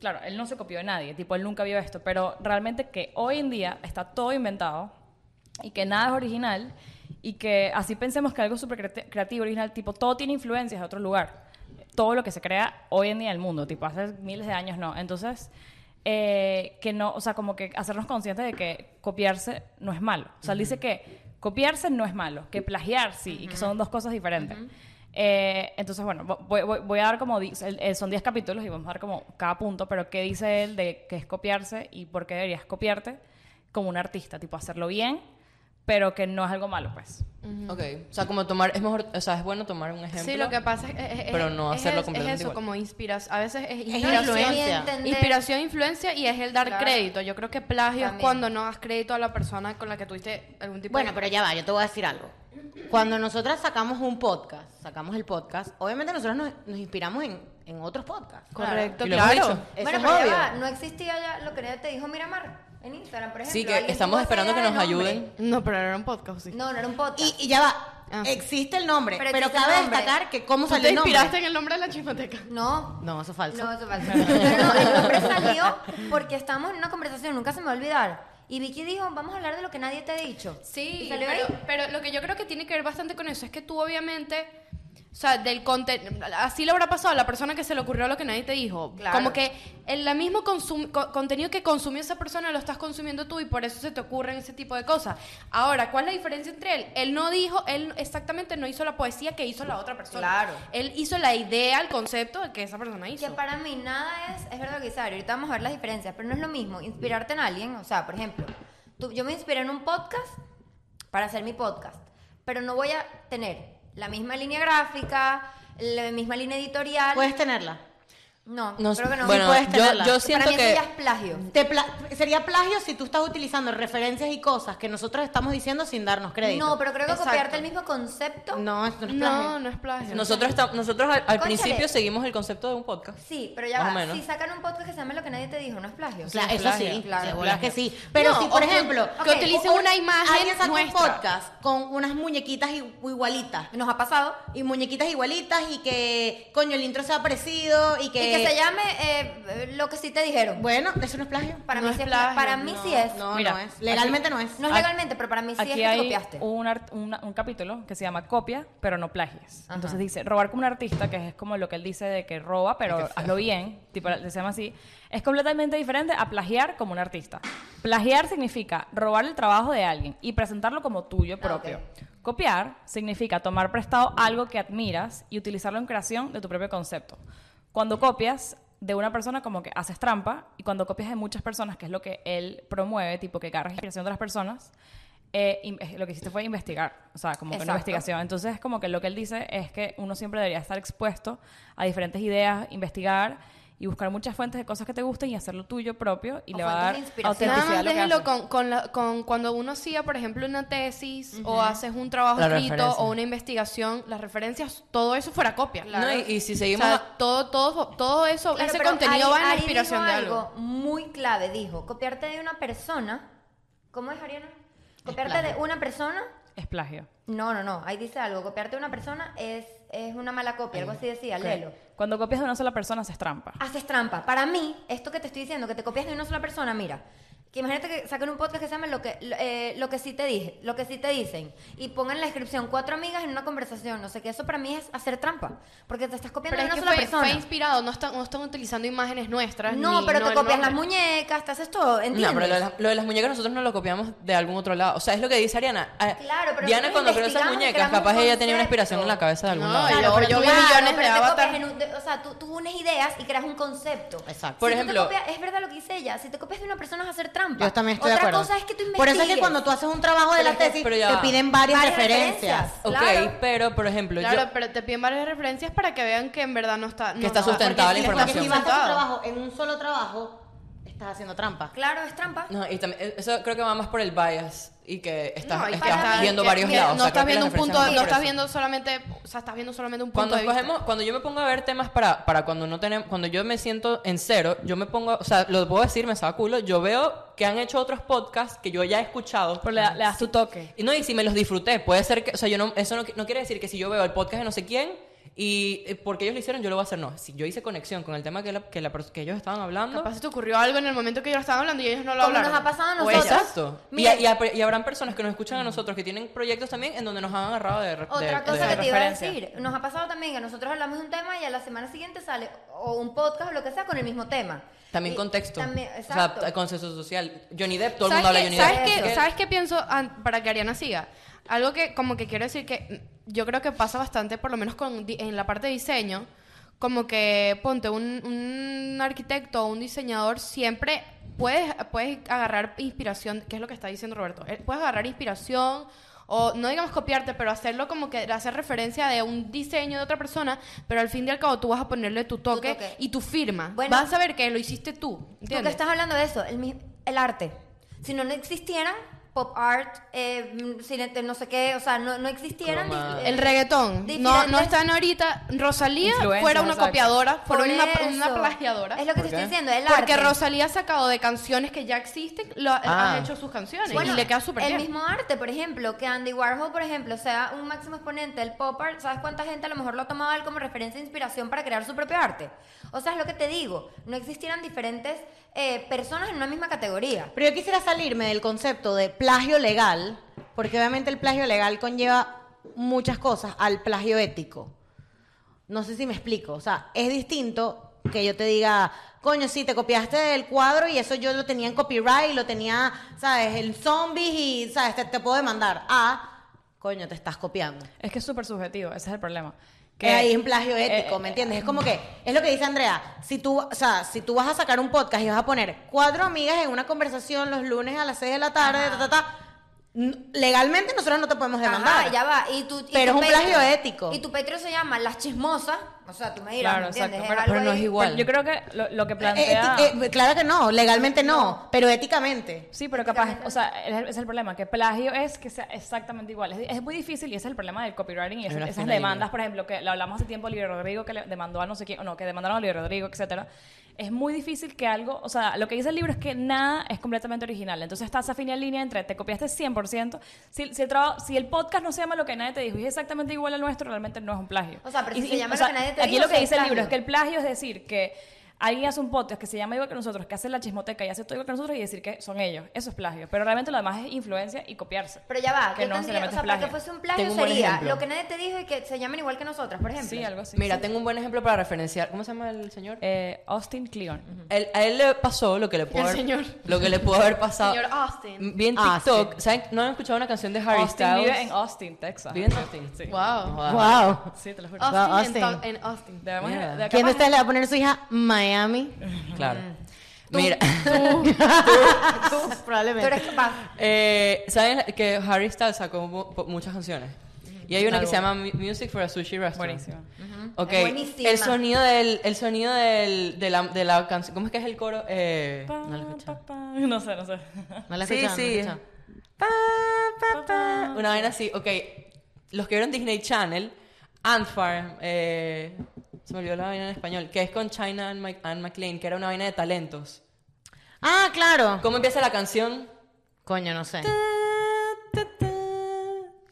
Speaker 4: claro, él no se copió de nadie, tipo, él nunca vio esto. Pero realmente que hoy en día está todo inventado y que nada es original y que así pensemos que algo súper creati- creativo, original, tipo, todo tiene influencias de otro lugar. Todo lo que se crea hoy en día en el mundo, tipo, hace miles de años no. Entonces, eh, que no, o sea, como que hacernos conscientes de que copiarse no es malo. O sea, él dice que copiarse no es malo, que plagiar sí, y que son dos cosas diferentes. Eh, entonces, bueno, vo- voy, voy- voy a dar como, di- el- el- son 10 capítulos y vamos a dar como cada punto, pero qué dice él de qué es copiarse y por qué deberías copiarte como un artista, tipo hacerlo bien, pero que no es algo malo, pues.
Speaker 3: Ok, o sea, como tomar, es mejor, o sea, es bueno tomar un ejemplo.
Speaker 2: Sí, lo que pasa es, es- es-
Speaker 3: pero no
Speaker 2: es-
Speaker 3: hacerlo
Speaker 2: es,
Speaker 3: completamente
Speaker 2: eso,
Speaker 3: igual.
Speaker 2: como inspiras, a veces es
Speaker 5: Inspiración y
Speaker 2: inspiración,
Speaker 5: entender.
Speaker 2: inspiración, influencia y es el dar
Speaker 5: Claro.
Speaker 2: crédito. Yo creo que plagio es
Speaker 5: También.
Speaker 2: cuando no das crédito a la persona con la que tuviste algún tipo
Speaker 1: Bueno,
Speaker 2: de...
Speaker 1: pero ya va, yo te voy a decir algo. Cuando nosotras sacamos un podcast, sacamos el podcast, obviamente nosotros nos, nos inspiramos en, en otros podcasts.
Speaker 2: Correcto,
Speaker 3: Y lo
Speaker 2: claro.
Speaker 3: hemos dicho.
Speaker 1: Eso
Speaker 5: bueno,
Speaker 1: es
Speaker 5: pero ya
Speaker 1: obvio.
Speaker 5: va, no existía ya lo que te dijo Miramar en Instagram, por ejemplo.
Speaker 3: Sí, que
Speaker 5: Alguien
Speaker 3: estamos
Speaker 5: tuvo esa
Speaker 3: esperando que
Speaker 5: idea
Speaker 3: nos
Speaker 5: de nombre.
Speaker 3: ayuden.
Speaker 2: No, pero era un podcast, sí.
Speaker 5: No, no era un podcast.
Speaker 1: Y, y ya va,
Speaker 2: Ah.
Speaker 1: existe el nombre,
Speaker 5: Pero
Speaker 1: pero,
Speaker 5: existe el
Speaker 1: cabe
Speaker 5: nombre.
Speaker 1: destacar que cómo
Speaker 2: Tú
Speaker 1: salió
Speaker 2: te
Speaker 1: el nombre.
Speaker 2: inspiraste en el nombre de la chismoteca.
Speaker 5: No,
Speaker 1: No, eso es falso.
Speaker 5: No, eso es falso. Pero no, el nombre salió porque estábamos en una conversación, nunca se me va a olvidar. Y Vicky dijo, vamos a hablar de lo que nadie te ha dicho.
Speaker 2: Sí,
Speaker 5: Y salió
Speaker 2: pero,
Speaker 5: ahí.
Speaker 2: pero lo que yo creo que tiene que ver bastante con eso es que tú obviamente, o sea, del contenido, así le habrá pasado a la persona que se le ocurrió lo que nadie te dijo.
Speaker 5: Claro.
Speaker 2: Como que el la mismo consum- co- contenido que consumió esa persona lo estás consumiendo tú y por eso se te ocurren ese tipo de cosas. Ahora, ¿cuál es la diferencia entre él? Él no dijo, él exactamente no hizo la poesía que hizo la otra persona.
Speaker 5: Claro.
Speaker 2: Él hizo la idea, el concepto que esa persona hizo.
Speaker 5: Que para mí nada es, es verdad que dice, Ari, ahorita vamos a ver las diferencias, pero no es lo mismo inspirarte en alguien, o sea, por ejemplo, tú- yo me inspiré en un podcast para hacer mi podcast, pero no voy a tener la misma línea gráfica, la misma línea editorial.
Speaker 1: Puedes tenerla.
Speaker 5: no,
Speaker 3: No,
Speaker 5: creo que no.
Speaker 3: Bueno,
Speaker 1: puedes
Speaker 3: yo,
Speaker 1: tenerla.
Speaker 3: yo
Speaker 1: Para
Speaker 3: siento
Speaker 5: para mí
Speaker 3: que
Speaker 5: eso ya es plagio.
Speaker 1: Te pla- sería plagio si tú estás utilizando referencias y cosas que nosotros estamos diciendo sin darnos crédito.
Speaker 5: No, pero creo que
Speaker 2: Exacto.
Speaker 5: copiarte el mismo concepto.
Speaker 1: No, esto no es plagio.
Speaker 2: no, no es plagio.
Speaker 3: nosotros, estamos- nosotros al, al
Speaker 5: Cónchale.
Speaker 3: principio seguimos el concepto de un podcast.
Speaker 5: Sí, pero ya
Speaker 3: Más
Speaker 5: va.
Speaker 3: o menos.
Speaker 5: Si sacan un podcast que se llama Lo que nadie te dijo, no es plagio.
Speaker 1: O sea,
Speaker 3: Sí,
Speaker 1: eso
Speaker 3: plagio,
Speaker 1: sí,
Speaker 5: claro,
Speaker 1: claro, que sí. Pero
Speaker 2: No,
Speaker 1: si, por
Speaker 2: o que-
Speaker 1: ejemplo,
Speaker 2: que
Speaker 1: ok,
Speaker 2: utilicen
Speaker 1: o- o-
Speaker 2: una imagen
Speaker 1: Alguien saca
Speaker 2: nuestra.
Speaker 1: un podcast con unas muñequitas i- igualitas.
Speaker 5: Nos ha pasado.
Speaker 1: Y muñequitas igualitas y que, coño, el intro sea parecido y que...
Speaker 5: Y que se llame eh, Lo que sí te dijeron.
Speaker 1: Bueno, eso no es plagio.
Speaker 5: para
Speaker 2: no
Speaker 5: mí,
Speaker 2: es
Speaker 5: sí, es
Speaker 2: plagio,
Speaker 5: para mí
Speaker 1: No,
Speaker 5: sí es. No,
Speaker 1: No,
Speaker 4: Mira,
Speaker 1: no es. Legalmente no es.
Speaker 5: es legalmente, pero para mí sí es que
Speaker 4: Aquí
Speaker 5: te
Speaker 4: hay
Speaker 5: copiaste.
Speaker 4: un, art- una- un capítulo que se llama Copia, pero no plagies. Entonces dice, robar como un artista, que es como lo que él dice de que roba, pero hazlo bien, tipo, se llama así, es completamente diferente a plagiar como un artista. Plagiar significa robar el trabajo de alguien y presentarlo como tuyo propio. Copiar significa tomar prestado algo que admiras y utilizarlo en creación de tu propio concepto. Cuando copias de una persona como que haces trampa y cuando copias de muchas personas, que es lo que él promueve, tipo que agarras inspiración de las personas, eh, in- eh, lo que hiciste fue investigar, o sea, como que una
Speaker 5: Exacto.
Speaker 4: investigación. Entonces, como que lo que él dice es que uno siempre debería estar expuesto a diferentes ideas, investigar y buscar muchas fuentes de cosas que te gusten y hacerlo tuyo propio y
Speaker 5: O
Speaker 4: le va a dar
Speaker 5: fuentes de inspiración.
Speaker 2: Nada
Speaker 4: autenticidad a
Speaker 2: más
Speaker 4: lo que
Speaker 2: déjenlo
Speaker 4: haces.
Speaker 2: con, con la- con cuando uno hacía, por ejemplo, una tesis o haces un trabajo
Speaker 3: La
Speaker 2: escrito
Speaker 3: referencia.
Speaker 2: o una investigación, las referencias, todo eso fuera copia.
Speaker 3: No, y, y si seguimos...
Speaker 2: O sea, todo, todo, todo eso,
Speaker 5: Claro,
Speaker 2: ese
Speaker 5: pero
Speaker 2: contenido
Speaker 5: Ari-
Speaker 2: va en la
Speaker 5: Ari
Speaker 2: inspiración de
Speaker 5: dijo
Speaker 2: algo.
Speaker 5: muy clave, dijo, copiarte de una persona. ¿Cómo es, Ariana? Copiarte de una persona.
Speaker 4: Es plagio.
Speaker 5: No, no, no. Ahí dice algo. Copiarte de una persona es, es una mala copia. Algo así decía, léelo. Ah.
Speaker 4: Cuando copias de una sola persona, haces trampa.
Speaker 5: Haces trampa. Para mí, esto que te estoy diciendo, que te copias de una sola persona, mira. Que imagínate que saquen un podcast que se llama lo que, lo, eh, lo que sí te dije, lo que sí te dicen. Y pongan en la descripción cuatro amigas en una conversación. No sé qué, eso para mí es hacer trampa. Porque te estás copiando
Speaker 2: Pero
Speaker 5: de
Speaker 2: es
Speaker 5: una
Speaker 2: que
Speaker 5: sola
Speaker 2: fue,
Speaker 5: persona.
Speaker 2: fue inspirado, no están, no están utilizando imágenes nuestras.
Speaker 5: no,
Speaker 2: ni-
Speaker 5: pero te
Speaker 2: el
Speaker 5: copias
Speaker 2: nombre.
Speaker 5: las muñecas, te haces todo, ¿entiendes?
Speaker 3: No, pero lo de, las, lo de las muñecas nosotros no lo copiamos de algún otro lado. O sea, es lo que dice Ariana. Ah,
Speaker 5: Claro, pero
Speaker 3: Diana
Speaker 5: nosotros
Speaker 3: cuando creó esas
Speaker 5: investigamos y
Speaker 3: muñecas,
Speaker 5: creamos
Speaker 3: capaz
Speaker 5: un
Speaker 3: ella tenía
Speaker 5: concepto.
Speaker 3: una inspiración en la cabeza de algún
Speaker 2: No,
Speaker 3: lado.
Speaker 2: y
Speaker 5: Claro,
Speaker 2: yo-
Speaker 5: pero
Speaker 2: yo
Speaker 5: tú-
Speaker 2: vi millones
Speaker 5: pero
Speaker 2: de
Speaker 5: te copias
Speaker 2: avatar.
Speaker 5: en un- de- o sea, tú, tú unes ideas y creas un concepto.
Speaker 1: Exacto.
Speaker 3: Por
Speaker 5: Si tú te
Speaker 3: ejemplo-
Speaker 5: copias- es verdad lo que dice ella. Si te copias de una persona es hacer trampa.
Speaker 1: Yo también estoy
Speaker 5: Otra
Speaker 1: de acuerdo.
Speaker 5: cosa es que tú investigues.
Speaker 1: Por eso es que cuando tú haces un trabajo de
Speaker 3: Pero
Speaker 1: la
Speaker 3: es que-
Speaker 1: tesis,
Speaker 3: pero ya
Speaker 1: te
Speaker 3: va.
Speaker 1: piden varias,
Speaker 5: Varias
Speaker 1: referencias.
Speaker 5: referencias.
Speaker 3: Ok,
Speaker 5: Claro.
Speaker 3: pero por ejemplo,
Speaker 2: Claro,
Speaker 3: yo,
Speaker 2: pero te piden varias referencias para que vean que en verdad no está. no,
Speaker 3: está
Speaker 2: no,
Speaker 3: sustentada
Speaker 2: porque
Speaker 3: la
Speaker 2: sí está
Speaker 1: Porque si
Speaker 3: información.
Speaker 1: basas tu trabajo
Speaker 2: sustentado.
Speaker 1: en un solo trabajo, estás haciendo trampa.
Speaker 5: Claro, es trampa.
Speaker 3: No, y también, e, eso creo que va más por el bias y que estás,
Speaker 2: No, y
Speaker 3: estás
Speaker 5: para-
Speaker 3: viendo
Speaker 2: que-
Speaker 3: varios
Speaker 2: que
Speaker 3: lados.
Speaker 2: No
Speaker 3: o sea,
Speaker 2: estás
Speaker 3: creo que
Speaker 2: viendo
Speaker 3: las
Speaker 2: un punto,
Speaker 3: referencias van
Speaker 2: no
Speaker 3: por
Speaker 2: estás
Speaker 3: eso.
Speaker 2: viendo solamente, o sea, estás viendo solamente un punto
Speaker 3: Cuando
Speaker 2: de vista.
Speaker 3: escogemos- cuando yo me pongo a ver temas para, para cuando no tenemos, cuando yo me siento en cero, yo me pongo, o sea, lo puedo decir, me saca culo, yo veo que han hecho otros podcasts que yo ya he escuchado.
Speaker 4: Pero le, da- le das tu toque.
Speaker 3: Y no, y si me los disfruté, puede ser que, o sea, yo no, eso no, no quiere decir que si yo veo el podcast de no sé quién y eh, porque ellos lo hicieron, yo lo voy a hacer, no. Si yo hice conexión con el tema que, la- que, la pers- que ellos estaban hablando.
Speaker 2: Capaz se te ocurrió algo en el momento que yo lo estaba hablando y ellos no lo
Speaker 5: Como
Speaker 2: hablaron.
Speaker 5: nos ha pasado a
Speaker 2: O
Speaker 5: nosotros.
Speaker 2: ellas.
Speaker 3: pues Exacto. Y,
Speaker 5: Mira-
Speaker 3: y hab- y habrán personas que nos escuchan a nosotros que tienen proyectos también en donde nos han agarrado de re-
Speaker 5: Otra
Speaker 3: de-
Speaker 5: cosa
Speaker 3: de
Speaker 5: que te iba a
Speaker 3: referencia.
Speaker 5: decir, nos ha pasado también que nosotros hablamos de un tema y a la semana siguiente sale o un podcast o lo que sea con el mismo tema.
Speaker 3: También
Speaker 5: Y
Speaker 3: contexto.
Speaker 5: también-
Speaker 3: O
Speaker 5: exacto.
Speaker 3: sea, eh, consenso social. Johnny Depp, todo el
Speaker 2: ¿Sabes
Speaker 3: mundo habla de
Speaker 2: qué-
Speaker 3: Johnny
Speaker 2: ¿sabes
Speaker 3: Depp.
Speaker 2: qué-
Speaker 3: Es que-
Speaker 2: ¿Sabes qué pienso an- para que Ariana siga? Algo que como que quiero decir que mm, yo creo que pasa bastante, por lo menos con, di- en la parte de diseño, como que ponte un, un arquitecto o un diseñador siempre puedes, puedes agarrar inspiración, que es lo que está diciendo Roberto, eh, puedes agarrar inspiración o no digamos copiarte, pero hacerlo como que hacer referencia de un diseño de otra persona, pero al fin y al cabo tú vas a ponerle tu toque,
Speaker 5: toque.
Speaker 2: y tu firma.
Speaker 5: Bueno.
Speaker 2: vas a ver que lo hiciste tú.
Speaker 5: Tú que
Speaker 2: ¿entiendes?
Speaker 5: estás hablando de eso, el, mi- el arte. Si no, no existieran pop art, eh, mm, cine- no sé qué, o sea, no, no existieran. eh,
Speaker 3: Croma.
Speaker 5: di-
Speaker 2: El reggaetón. No,
Speaker 5: diferentes-
Speaker 2: no están ahorita. Rosalía
Speaker 4: Influencers,
Speaker 2: fuera una
Speaker 4: exacto.
Speaker 2: copiadora, fuera
Speaker 5: Por
Speaker 2: una,
Speaker 5: eso.
Speaker 2: una plagiadora.
Speaker 5: Es lo que
Speaker 3: ¿Por
Speaker 5: te
Speaker 3: qué?
Speaker 5: estoy diciendo, el arte.
Speaker 2: Porque Rosalía ha sacado de canciones que ya existen, lo,
Speaker 3: Ah.
Speaker 2: han hecho sus canciones
Speaker 5: Bueno,
Speaker 2: y le queda súper
Speaker 5: el
Speaker 2: bien.
Speaker 5: mismo arte, por ejemplo, que Andy Warhol, por ejemplo, sea un máximo exponente del pop art, ¿sabes cuánta gente a lo mejor lo tomaba él como referencia e inspiración para crear su propio arte? O sea, es lo que te digo, no existieran diferentes eh, personas en una misma categoría.
Speaker 1: Pero yo quisiera salirme del concepto de plagio legal, porque obviamente el plagio legal conlleva muchas cosas al plagio ético. No sé si me explico. O sea, es distinto que yo te diga, coño, sí, te copiaste del cuadro y eso yo lo tenía en copyright, lo tenía, ¿sabes? El zombies y, ¿sabes? Te, te puedo demandar. Ah, coño, te estás copiando.
Speaker 4: Es que es súper subjetivo, ese es el problema.
Speaker 1: Que ahí es un plagio ético,
Speaker 4: eh,
Speaker 1: ¿me entiendes? Es como que, es lo que dice Andrea, si tú, o sea, si tú vas a sacar un podcast y vas a poner cuatro amigas en una conversación los lunes a las seis de la tarde, ta, ta, ta, n- legalmente nosotros no te podemos demandar.
Speaker 5: Ajá, ya va. Y tu, y
Speaker 1: Pero
Speaker 5: tu
Speaker 1: es un plagio
Speaker 5: Patreon-
Speaker 1: ético.
Speaker 5: Y tu Patreon se llama Las Chismosas. O sea, tú me dirás,
Speaker 4: Claro,
Speaker 5: ¿me entiendes?
Speaker 4: exacto,
Speaker 5: algo
Speaker 3: pero no es
Speaker 5: ahí.
Speaker 3: igual.
Speaker 4: Pero Yo creo que lo, lo que plantea.
Speaker 1: Eh, eti- eh, claro que no, legalmente no, pero éticamente.
Speaker 4: Sí, pero capaz, o sea, ese es el problema, que plagio es que sea exactamente igual. Es, es muy difícil y ese es el problema del copywriting y
Speaker 3: Hay
Speaker 4: ese-
Speaker 3: una
Speaker 4: esas
Speaker 3: fina línea.
Speaker 4: demandas, por ejemplo, que lo hablamos hace tiempo, Oliver Rodrigo, que le demandó a no sé quién, o no, que demandaron a Oliver Rodrigo, etcétera. Es muy difícil que algo, o sea, lo que dice el libro es que nada es completamente original. Entonces está esa fina línea entre te copiaste 100%. Si, si, el trabajo- si el podcast no se llama lo que nadie te dijo y es exactamente igual al nuestro, realmente no es un plagio.
Speaker 5: O sea, pero
Speaker 4: Y-
Speaker 5: si
Speaker 4: y-
Speaker 5: se llama
Speaker 4: o
Speaker 5: Lo que
Speaker 4: sea,
Speaker 5: nadie te
Speaker 4: Aquí
Speaker 5: dijo,
Speaker 4: lo
Speaker 5: sí
Speaker 4: que
Speaker 5: es
Speaker 4: dice el libro
Speaker 5: plagio.
Speaker 4: es que el plagio es decir que alguien hace un podcast que se llama igual que nosotros, que hace la chismoteca y hace todo igual que nosotros y decir que son ellos. Eso es plagio. Pero realmente lo demás es influencia y copiarse.
Speaker 5: Pero ya va,
Speaker 4: Que
Speaker 5: yo
Speaker 4: no
Speaker 5: tendría, o
Speaker 4: necesariamente
Speaker 5: sea,
Speaker 4: es
Speaker 5: para que
Speaker 4: plagio.
Speaker 5: fuese un plagio
Speaker 3: Tengo un buen
Speaker 5: sería
Speaker 3: ejemplo.
Speaker 5: lo que nadie te dijo y que se llamen igual que nosotras, por ejemplo.
Speaker 4: Sí, algo así.
Speaker 3: Mira,
Speaker 4: sí.
Speaker 3: tengo un buen ejemplo para referenciar. ¿Cómo se llama el señor?
Speaker 4: Eh, Austin Kleon.
Speaker 3: Él- a él le pasó lo que le pudo
Speaker 2: El
Speaker 3: haber,
Speaker 2: señor.
Speaker 3: lo que le pudo haber pasado.
Speaker 2: Señor Austin.
Speaker 3: Bien
Speaker 1: Austin.
Speaker 3: TikTok. ¿Saben? ¿No han escuchado una canción de Harry
Speaker 4: Austin
Speaker 3: Styles?
Speaker 4: vive en Austin, Texas.
Speaker 3: Vive en Austin.
Speaker 4: Sí.
Speaker 2: Wow.
Speaker 3: Joda.
Speaker 1: Wow.
Speaker 4: Sí, te lo juro.
Speaker 2: Austin,
Speaker 1: Wow,
Speaker 2: en
Speaker 1: Austin.
Speaker 2: to- En, Austin.
Speaker 4: Debemos-
Speaker 3: Mierda.
Speaker 4: de acá
Speaker 1: ¿Quién de
Speaker 4: para-
Speaker 1: ustedes le va a poner su hija Miami?
Speaker 3: Claro. Mira.
Speaker 1: Probablemente.
Speaker 5: Tú eres capaz.
Speaker 3: Eh, ¿Saben que Harry Styles sacó mu- po- muchas canciones? Y hay una que se llama Mu- Music for a Sushi Restaurant.
Speaker 4: Buenísima.
Speaker 3: Ok.
Speaker 5: Es buenísima.
Speaker 3: El sonido del, el sonido del, de la, de la canción. ¿Cómo es que es el coro? Eh,
Speaker 4: Pa,
Speaker 3: no lo escuché.
Speaker 4: pa, pa. No sé, no sé.
Speaker 3: No la
Speaker 1: Sí,
Speaker 3: escucharon,
Speaker 1: sí.
Speaker 3: no la escucharon. Pa, pa, pa. Una vaina así, ok. Los que vieron Disney Channel, Ant Farm, eh, se me olvidó la vaina en español, que es con China and, Mc- and McLean, que era una vaina de talentos.
Speaker 1: Ah, claro.
Speaker 3: ¿Cómo empieza la canción?
Speaker 1: Coño, no sé.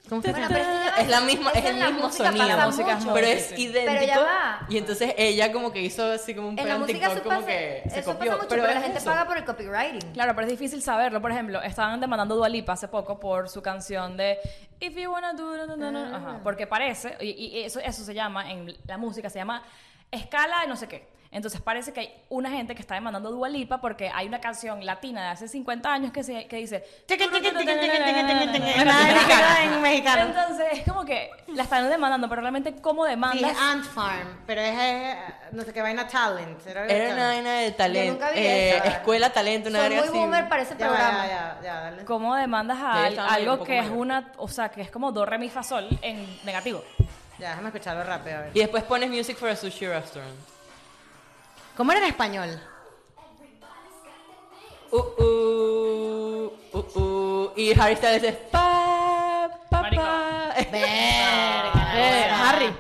Speaker 1: ¿Cómo fue?
Speaker 5: Bueno, pero es que ya va,
Speaker 3: Es la misma,
Speaker 5: eso
Speaker 3: es el
Speaker 5: en la
Speaker 3: mismo
Speaker 5: música
Speaker 3: sonido,
Speaker 5: pasa mucho.
Speaker 3: pero es idéntico.
Speaker 5: Pero ya va.
Speaker 3: Y entonces ella como que hizo así como un
Speaker 5: En
Speaker 3: pedo
Speaker 5: la
Speaker 3: en
Speaker 5: música
Speaker 3: TikTok,
Speaker 5: eso
Speaker 3: como
Speaker 5: pasa,
Speaker 3: que se
Speaker 5: eso
Speaker 3: copió.
Speaker 5: pasa mucho, pero,
Speaker 3: es
Speaker 5: la gente
Speaker 3: eso.
Speaker 5: paga por el copywriting.
Speaker 4: Claro, pero es difícil saberlo. Por ejemplo, estaban demandando a Dua Lipa hace poco por su canción de If You Wanna Do. no, no, no, no. Ajá, porque parece, y, y eso, eso se llama en la música, se llama escala de no sé qué. Entonces parece que hay una gente que está demandando a Dua Lipa porque hay una canción latina de hace 50 años que, se, que dice.
Speaker 1: Nada, en mexicano.
Speaker 4: Entonces es como que la están demandando, pero realmente, ¿cómo
Speaker 1: Dije
Speaker 4: demandas?
Speaker 1: Ant Farm, pero es eh, no sé qué vaina talent. Era algo
Speaker 3: Era una
Speaker 1: talent.
Speaker 3: vaina de talento,
Speaker 5: nunca vi
Speaker 3: eh,
Speaker 5: esa.
Speaker 3: escuela talento, una
Speaker 5: Soy
Speaker 3: verga
Speaker 5: muy
Speaker 3: así.
Speaker 5: boomer para ese
Speaker 1: Ya, va,
Speaker 5: programa.
Speaker 1: ya, ya, ya, dale.
Speaker 4: ¿Cómo demandas a
Speaker 3: Ya, yo
Speaker 4: al-
Speaker 3: estaba mayor, un
Speaker 4: algo
Speaker 3: poco
Speaker 4: que es
Speaker 3: mayor.
Speaker 4: una, o sea, que es como do, re, mi, fa, sol en negativo?
Speaker 1: Ya, déjame escucharlo rápido. a ver.
Speaker 3: Y después pones Music for a Sushi Restaurant.
Speaker 1: ¿Cómo era en español?
Speaker 3: Uh, uh, uh, uh. Y Harry Styles es pa, pa,
Speaker 4: Marico.
Speaker 3: pa.
Speaker 1: Verga.
Speaker 4: Eh, Harry.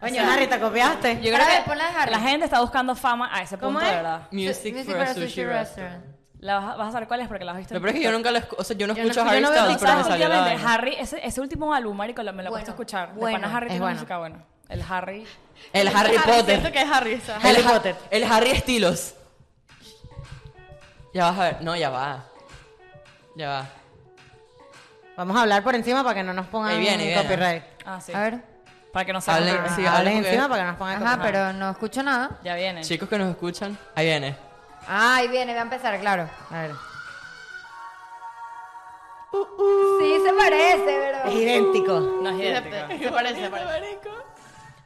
Speaker 1: Coño, Harry, te copiaste.
Speaker 3: Yo
Speaker 5: Ahora
Speaker 3: creo
Speaker 5: ve,
Speaker 3: que
Speaker 5: ponla de Harry.
Speaker 4: La gente está buscando fama a ese
Speaker 1: ¿Cómo
Speaker 4: punto,
Speaker 1: es?
Speaker 4: de verdad.
Speaker 3: Music,
Speaker 5: Music
Speaker 3: for a Sushi, Restaurant.
Speaker 4: La vas, a- vas a saber cuál es porque la has visto.
Speaker 3: Lo
Speaker 4: en
Speaker 3: peor es que yo
Speaker 4: TikTok.
Speaker 3: nunca lo escu- O sea, yo no
Speaker 1: Yo no-
Speaker 3: escucho
Speaker 1: yo
Speaker 3: a Harry
Speaker 1: no veo
Speaker 3: Styles, pero me
Speaker 1: TikTok,
Speaker 3: salió la
Speaker 4: Últimamente,
Speaker 3: vaina.
Speaker 4: Harry, ese, ese último álbum, marico, lo- me lo he puesto a
Speaker 5: Bueno,
Speaker 4: escuchar. De
Speaker 5: bueno,
Speaker 4: pana Harry
Speaker 5: es
Speaker 4: tiene
Speaker 5: bueno.
Speaker 4: música buena. El Harry.
Speaker 3: El Harry
Speaker 2: Siento
Speaker 3: Potter.
Speaker 2: que es Harry, o sea.
Speaker 3: El Ha- El Harry Estilos. Ya vas a ver. No, ya va. Ya va.
Speaker 1: Vamos a hablar por encima para que no nos pongan
Speaker 3: Ahí viene, ahí viene.
Speaker 1: copyright.
Speaker 4: Ah, sí.
Speaker 5: A ver.
Speaker 4: Para que no se
Speaker 3: Hablen,
Speaker 1: Ah,
Speaker 3: sí,
Speaker 1: hablen
Speaker 3: hablen
Speaker 1: encima
Speaker 3: porque-
Speaker 1: para que nos pongan
Speaker 5: Ajá,
Speaker 1: copyright.
Speaker 5: pero no escucho nada.
Speaker 4: Ya viene.
Speaker 3: Chicos que nos escuchan, ahí viene.
Speaker 5: Ah, ahí viene, va a empezar, claro.
Speaker 1: A ver.
Speaker 5: Sí, se parece, pero.
Speaker 1: Es idéntico.
Speaker 4: No es idéntico.
Speaker 2: Se parece, se parece.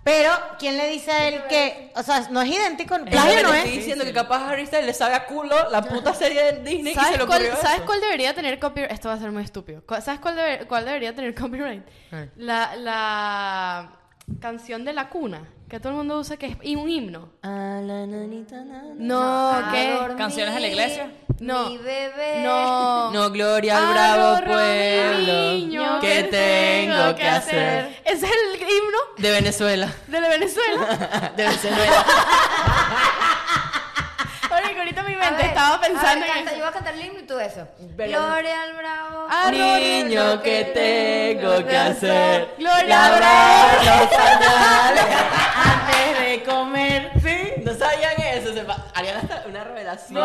Speaker 1: Pero, ¿quién le dice a él que.? O sea, no es idéntico.
Speaker 3: Es lo
Speaker 1: Plagio
Speaker 3: que
Speaker 1: no
Speaker 3: te Estoy
Speaker 1: es.
Speaker 3: diciendo que capaz Harry Styles le sabe a culo la puta serie de Disney y se
Speaker 2: ¿Sabes
Speaker 3: lo
Speaker 2: cuál,
Speaker 3: ocurrió
Speaker 2: ¿sabes
Speaker 3: eso.
Speaker 2: cuál debería tener copyright? Esto va a ser muy estúpido. ¿Cu- ¿Sabes cuál, debe- cuál debería tener copyright? La, la canción de la cuna, que todo el mundo usa, que es y un himno. Ah, No,
Speaker 5: A
Speaker 2: ¿qué?
Speaker 5: dormir,
Speaker 4: ¿Canciones de la iglesia?
Speaker 2: No.
Speaker 5: Ah, Mi bebé.
Speaker 2: No.
Speaker 3: No, gloria al bravo pueblo que tengo que hacer
Speaker 2: Ese es el himno
Speaker 3: de Venezuela.
Speaker 2: de la Venezuela.
Speaker 3: De Venezuela.
Speaker 2: Ahora que ahorita mi
Speaker 5: A
Speaker 2: mente
Speaker 5: ver,
Speaker 2: estaba pensando
Speaker 5: a ver,
Speaker 2: en eso.
Speaker 5: canta, Yo voy a cantar el himno y tú eso. Gloria al bravo.
Speaker 2: Ah,
Speaker 3: Niño, ¿qué tengo que hacer?
Speaker 2: Gloria al bravo.
Speaker 3: Lavar los pañales antes de comer. Sí, no sabían eso. Se pa- harían hasta una revelación.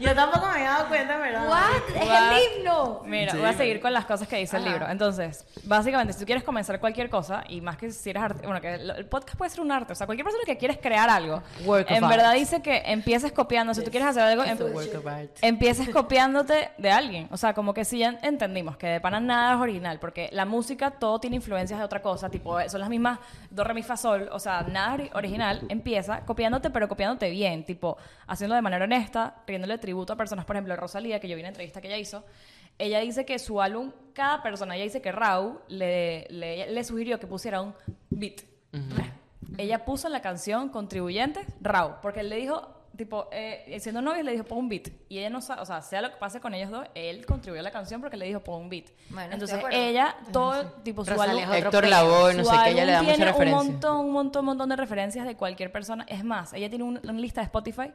Speaker 1: Yo tampoco me había dado cuenta, ¿verdad?
Speaker 5: What? Es
Speaker 4: What?
Speaker 5: el himno.
Speaker 4: Mira, voy a seguir con las cosas que dice el libro. Entonces, básicamente, si tú quieres comenzar cualquier cosa, y más que si eres arte, bueno, que lo- el podcast puede ser un arte, o sea, cualquier persona que quieres crear algo,
Speaker 3: Work of
Speaker 4: en
Speaker 3: art.
Speaker 4: verdad dice que empieces copiando, si tú quieres hacer algo, em-
Speaker 3: work of art.
Speaker 4: empieces copiándote de alguien. O sea, como que si ya entendimos que de pana nada es original, porque la música todo tiene influencias de otra cosa, tipo, eh, son las mismas do, re, mi, fa, sol, o sea, nada ori- original, empieza copiándote, pero copiándote bien, tipo, haciéndolo de manera honesta, riéndole tributo a personas, por ejemplo, Rosalía, que yo vi una entrevista que ella hizo, ella dice que su álbum, cada persona, ella dice que Raúl le, le, le sugirió que pusiera un beat. Ella puso en la canción Contribuyentes Rau, porque él le dijo, tipo, eh, siendo novios, le dijo, pon un beat. Y ella no sabe, o sea, sea lo que pase con ellos dos, él contribuyó a la canción porque le dijo, pon un beat.
Speaker 5: Bueno,
Speaker 4: Entonces
Speaker 5: estoy de acuerdo.
Speaker 4: ella, todo, tipo, su
Speaker 1: Rosalía
Speaker 4: álbum,
Speaker 1: es
Speaker 3: Héctor Lavoe, oh, no
Speaker 4: su
Speaker 3: sé qué, ella le da
Speaker 4: álbum
Speaker 3: mucha
Speaker 4: tiene un
Speaker 3: referencia.
Speaker 4: montón, un montón, un montón de referencias de cualquier persona. Es más, ella tiene un- una lista de Spotify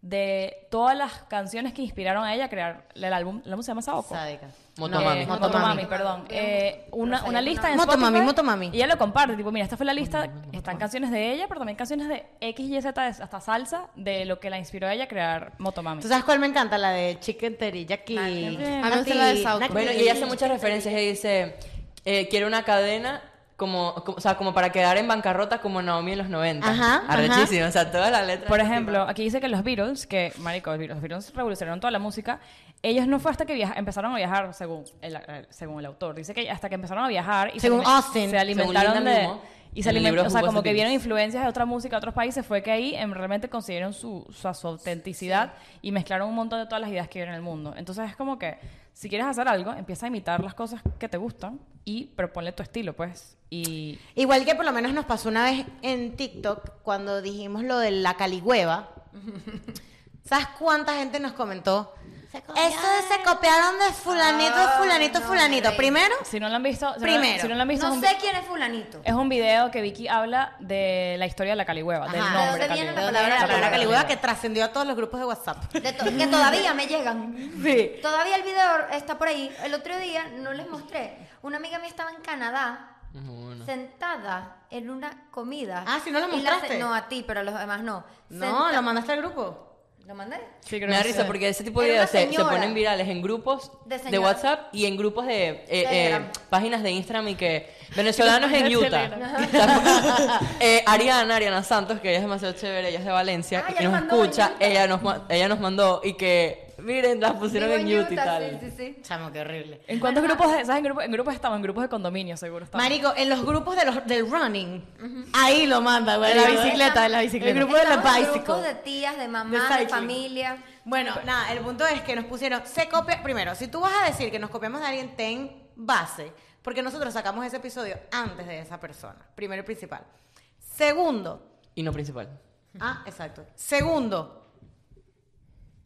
Speaker 4: de todas las canciones que inspiraron a ella a crear el álbum. ¿La música se llama Saoko?
Speaker 1: Sádica.
Speaker 3: Motomami.
Speaker 4: Eh,
Speaker 1: Motomami.
Speaker 4: Motomami, perdón. Eh, una, una lista en
Speaker 1: Motomami,
Speaker 4: Spotify,
Speaker 1: Motomami.
Speaker 4: Y ella lo comparte, tipo, mira, esta fue la lista, están canciones de ella, pero también canciones de X, Y, Z, hasta salsa, de lo que la inspiró a ella a crear Motomami.
Speaker 1: ¿Tú sabes cuál me encanta? La de Chicken Teriyaki.
Speaker 5: Ah, qué
Speaker 2: rico. A mí me gusta la de Sauco.
Speaker 1: Naki.
Speaker 3: Bueno, y ella hace muchas referencias. Ella dice, eh, quiero una cadena como, como- o sea, como para quedar en bancarrota como Naomi en los 90.
Speaker 1: Ajá, ajá.
Speaker 3: Arrechísimo, o sea, todas las letras.
Speaker 4: Por ejemplo, aquí dice que los Beatles, que, marico, los Beatles, los Beatles revolucionaron toda la música, ellos no fue hasta que viaja- empezaron a viajar, según el, eh, según el autor, dice que hasta que empezaron a viajar y se
Speaker 1: Según
Speaker 4: alime-
Speaker 1: Austin.
Speaker 4: se alimentaron
Speaker 3: Linda
Speaker 4: de...
Speaker 3: mismo,
Speaker 4: y se
Speaker 3: en el libro
Speaker 4: alimentaron, o sea,
Speaker 3: Who Was
Speaker 4: como
Speaker 3: the
Speaker 4: que
Speaker 3: Beatles.
Speaker 4: vieron influencias de otra música, de otros países, fue que ahí em, realmente consiguieron su, su, su autenticidad y mezclaron un montón de todas las ideas que vieron en el mundo. Entonces es como que si quieres hacer algo, empieza a imitar las cosas que te gustan y proponle tu estilo, pues. Y
Speaker 1: Igual que por lo menos nos pasó una vez en TikTok cuando dijimos lo de la caligüeva. ¿Sabes cuánta gente nos comentó? Eso de se copiaron de fulanito, fulanito,
Speaker 5: no,
Speaker 1: fulanito.
Speaker 5: me reí.
Speaker 1: Primero,
Speaker 4: si no lo han visto, si no-
Speaker 1: Primero,
Speaker 4: si no lo han visto, es
Speaker 5: No
Speaker 4: un
Speaker 5: sé quién es fulanito.
Speaker 4: Es un video que Vicky habla de la historia de la Caligüeva, del
Speaker 1: Ajá.
Speaker 4: nombre.
Speaker 5: ¿De dónde viene
Speaker 1: la
Speaker 5: La
Speaker 4: Caligüeva.
Speaker 1: palabra,
Speaker 5: palabra
Speaker 1: la palabra
Speaker 4: Caligüeva.
Speaker 1: caligüeva que trascendió a todos los grupos de WhatsApp.
Speaker 5: De to- que todavía me llegan.
Speaker 4: Sí.
Speaker 5: Todavía el video está por ahí. El otro día no les mostré. Una amiga mía estaba en Canadá
Speaker 3: Bueno.
Speaker 5: sentada en una comida.
Speaker 1: Ah, sí, no lo
Speaker 5: Y la se-
Speaker 1: mostraste.
Speaker 5: No, a ti, pero a los demás no.
Speaker 1: No,
Speaker 5: Senta-
Speaker 1: lo mandaste al grupo.
Speaker 5: ¿Lo mandé?
Speaker 4: Sí, creo
Speaker 3: Me da
Speaker 4: que
Speaker 3: risa
Speaker 4: sí.
Speaker 3: porque ese tipo de
Speaker 5: Era una
Speaker 3: videos se, se
Speaker 5: señora.
Speaker 3: ponen virales en grupos
Speaker 5: De
Speaker 3: de,
Speaker 5: señora.
Speaker 3: WhatsApp y en grupos de eh, eh,
Speaker 5: Telegram.
Speaker 3: páginas de Instagram y que venezolanos en
Speaker 4: De
Speaker 3: Utah. Eh, Ariana, Ariana Santos, que ella es demasiado chévere, ella es de Valencia
Speaker 5: Ah,
Speaker 3: y
Speaker 5: ella
Speaker 3: nos
Speaker 5: nos mandó en
Speaker 3: escucha,
Speaker 5: Utah.
Speaker 3: ella nos, ma- ella nos mandó y que miren, las pusieron
Speaker 5: Vivo
Speaker 3: en Utah, y tal.
Speaker 5: sí, sí, sí.
Speaker 1: Chamo, qué horrible.
Speaker 4: ¿En cuántos grupos, de- sabes, en, grupo- en grupos estamos? En grupos de condominio, seguro estamos.
Speaker 1: Marico, en los grupos de los, del running, ahí lo manda, güey.
Speaker 4: De la
Speaker 1: Marico,
Speaker 4: bicicleta, de
Speaker 1: estamos-
Speaker 4: la bicicleta.
Speaker 1: El grupo de los
Speaker 5: Estamos en grupos
Speaker 1: bicycle.
Speaker 5: de tías, de
Speaker 1: De
Speaker 5: mamá, de,
Speaker 1: cycling.
Speaker 5: familia.
Speaker 1: Bueno, nada, el punto es que nos pusieron, se copia, primero, si tú vas a decir que nos copiamos de alguien, ten base, porque nosotros sacamos ese episodio antes de esa persona, primero y principal. Segundo,
Speaker 3: Y no principal.
Speaker 1: Ah, exacto. Segundo,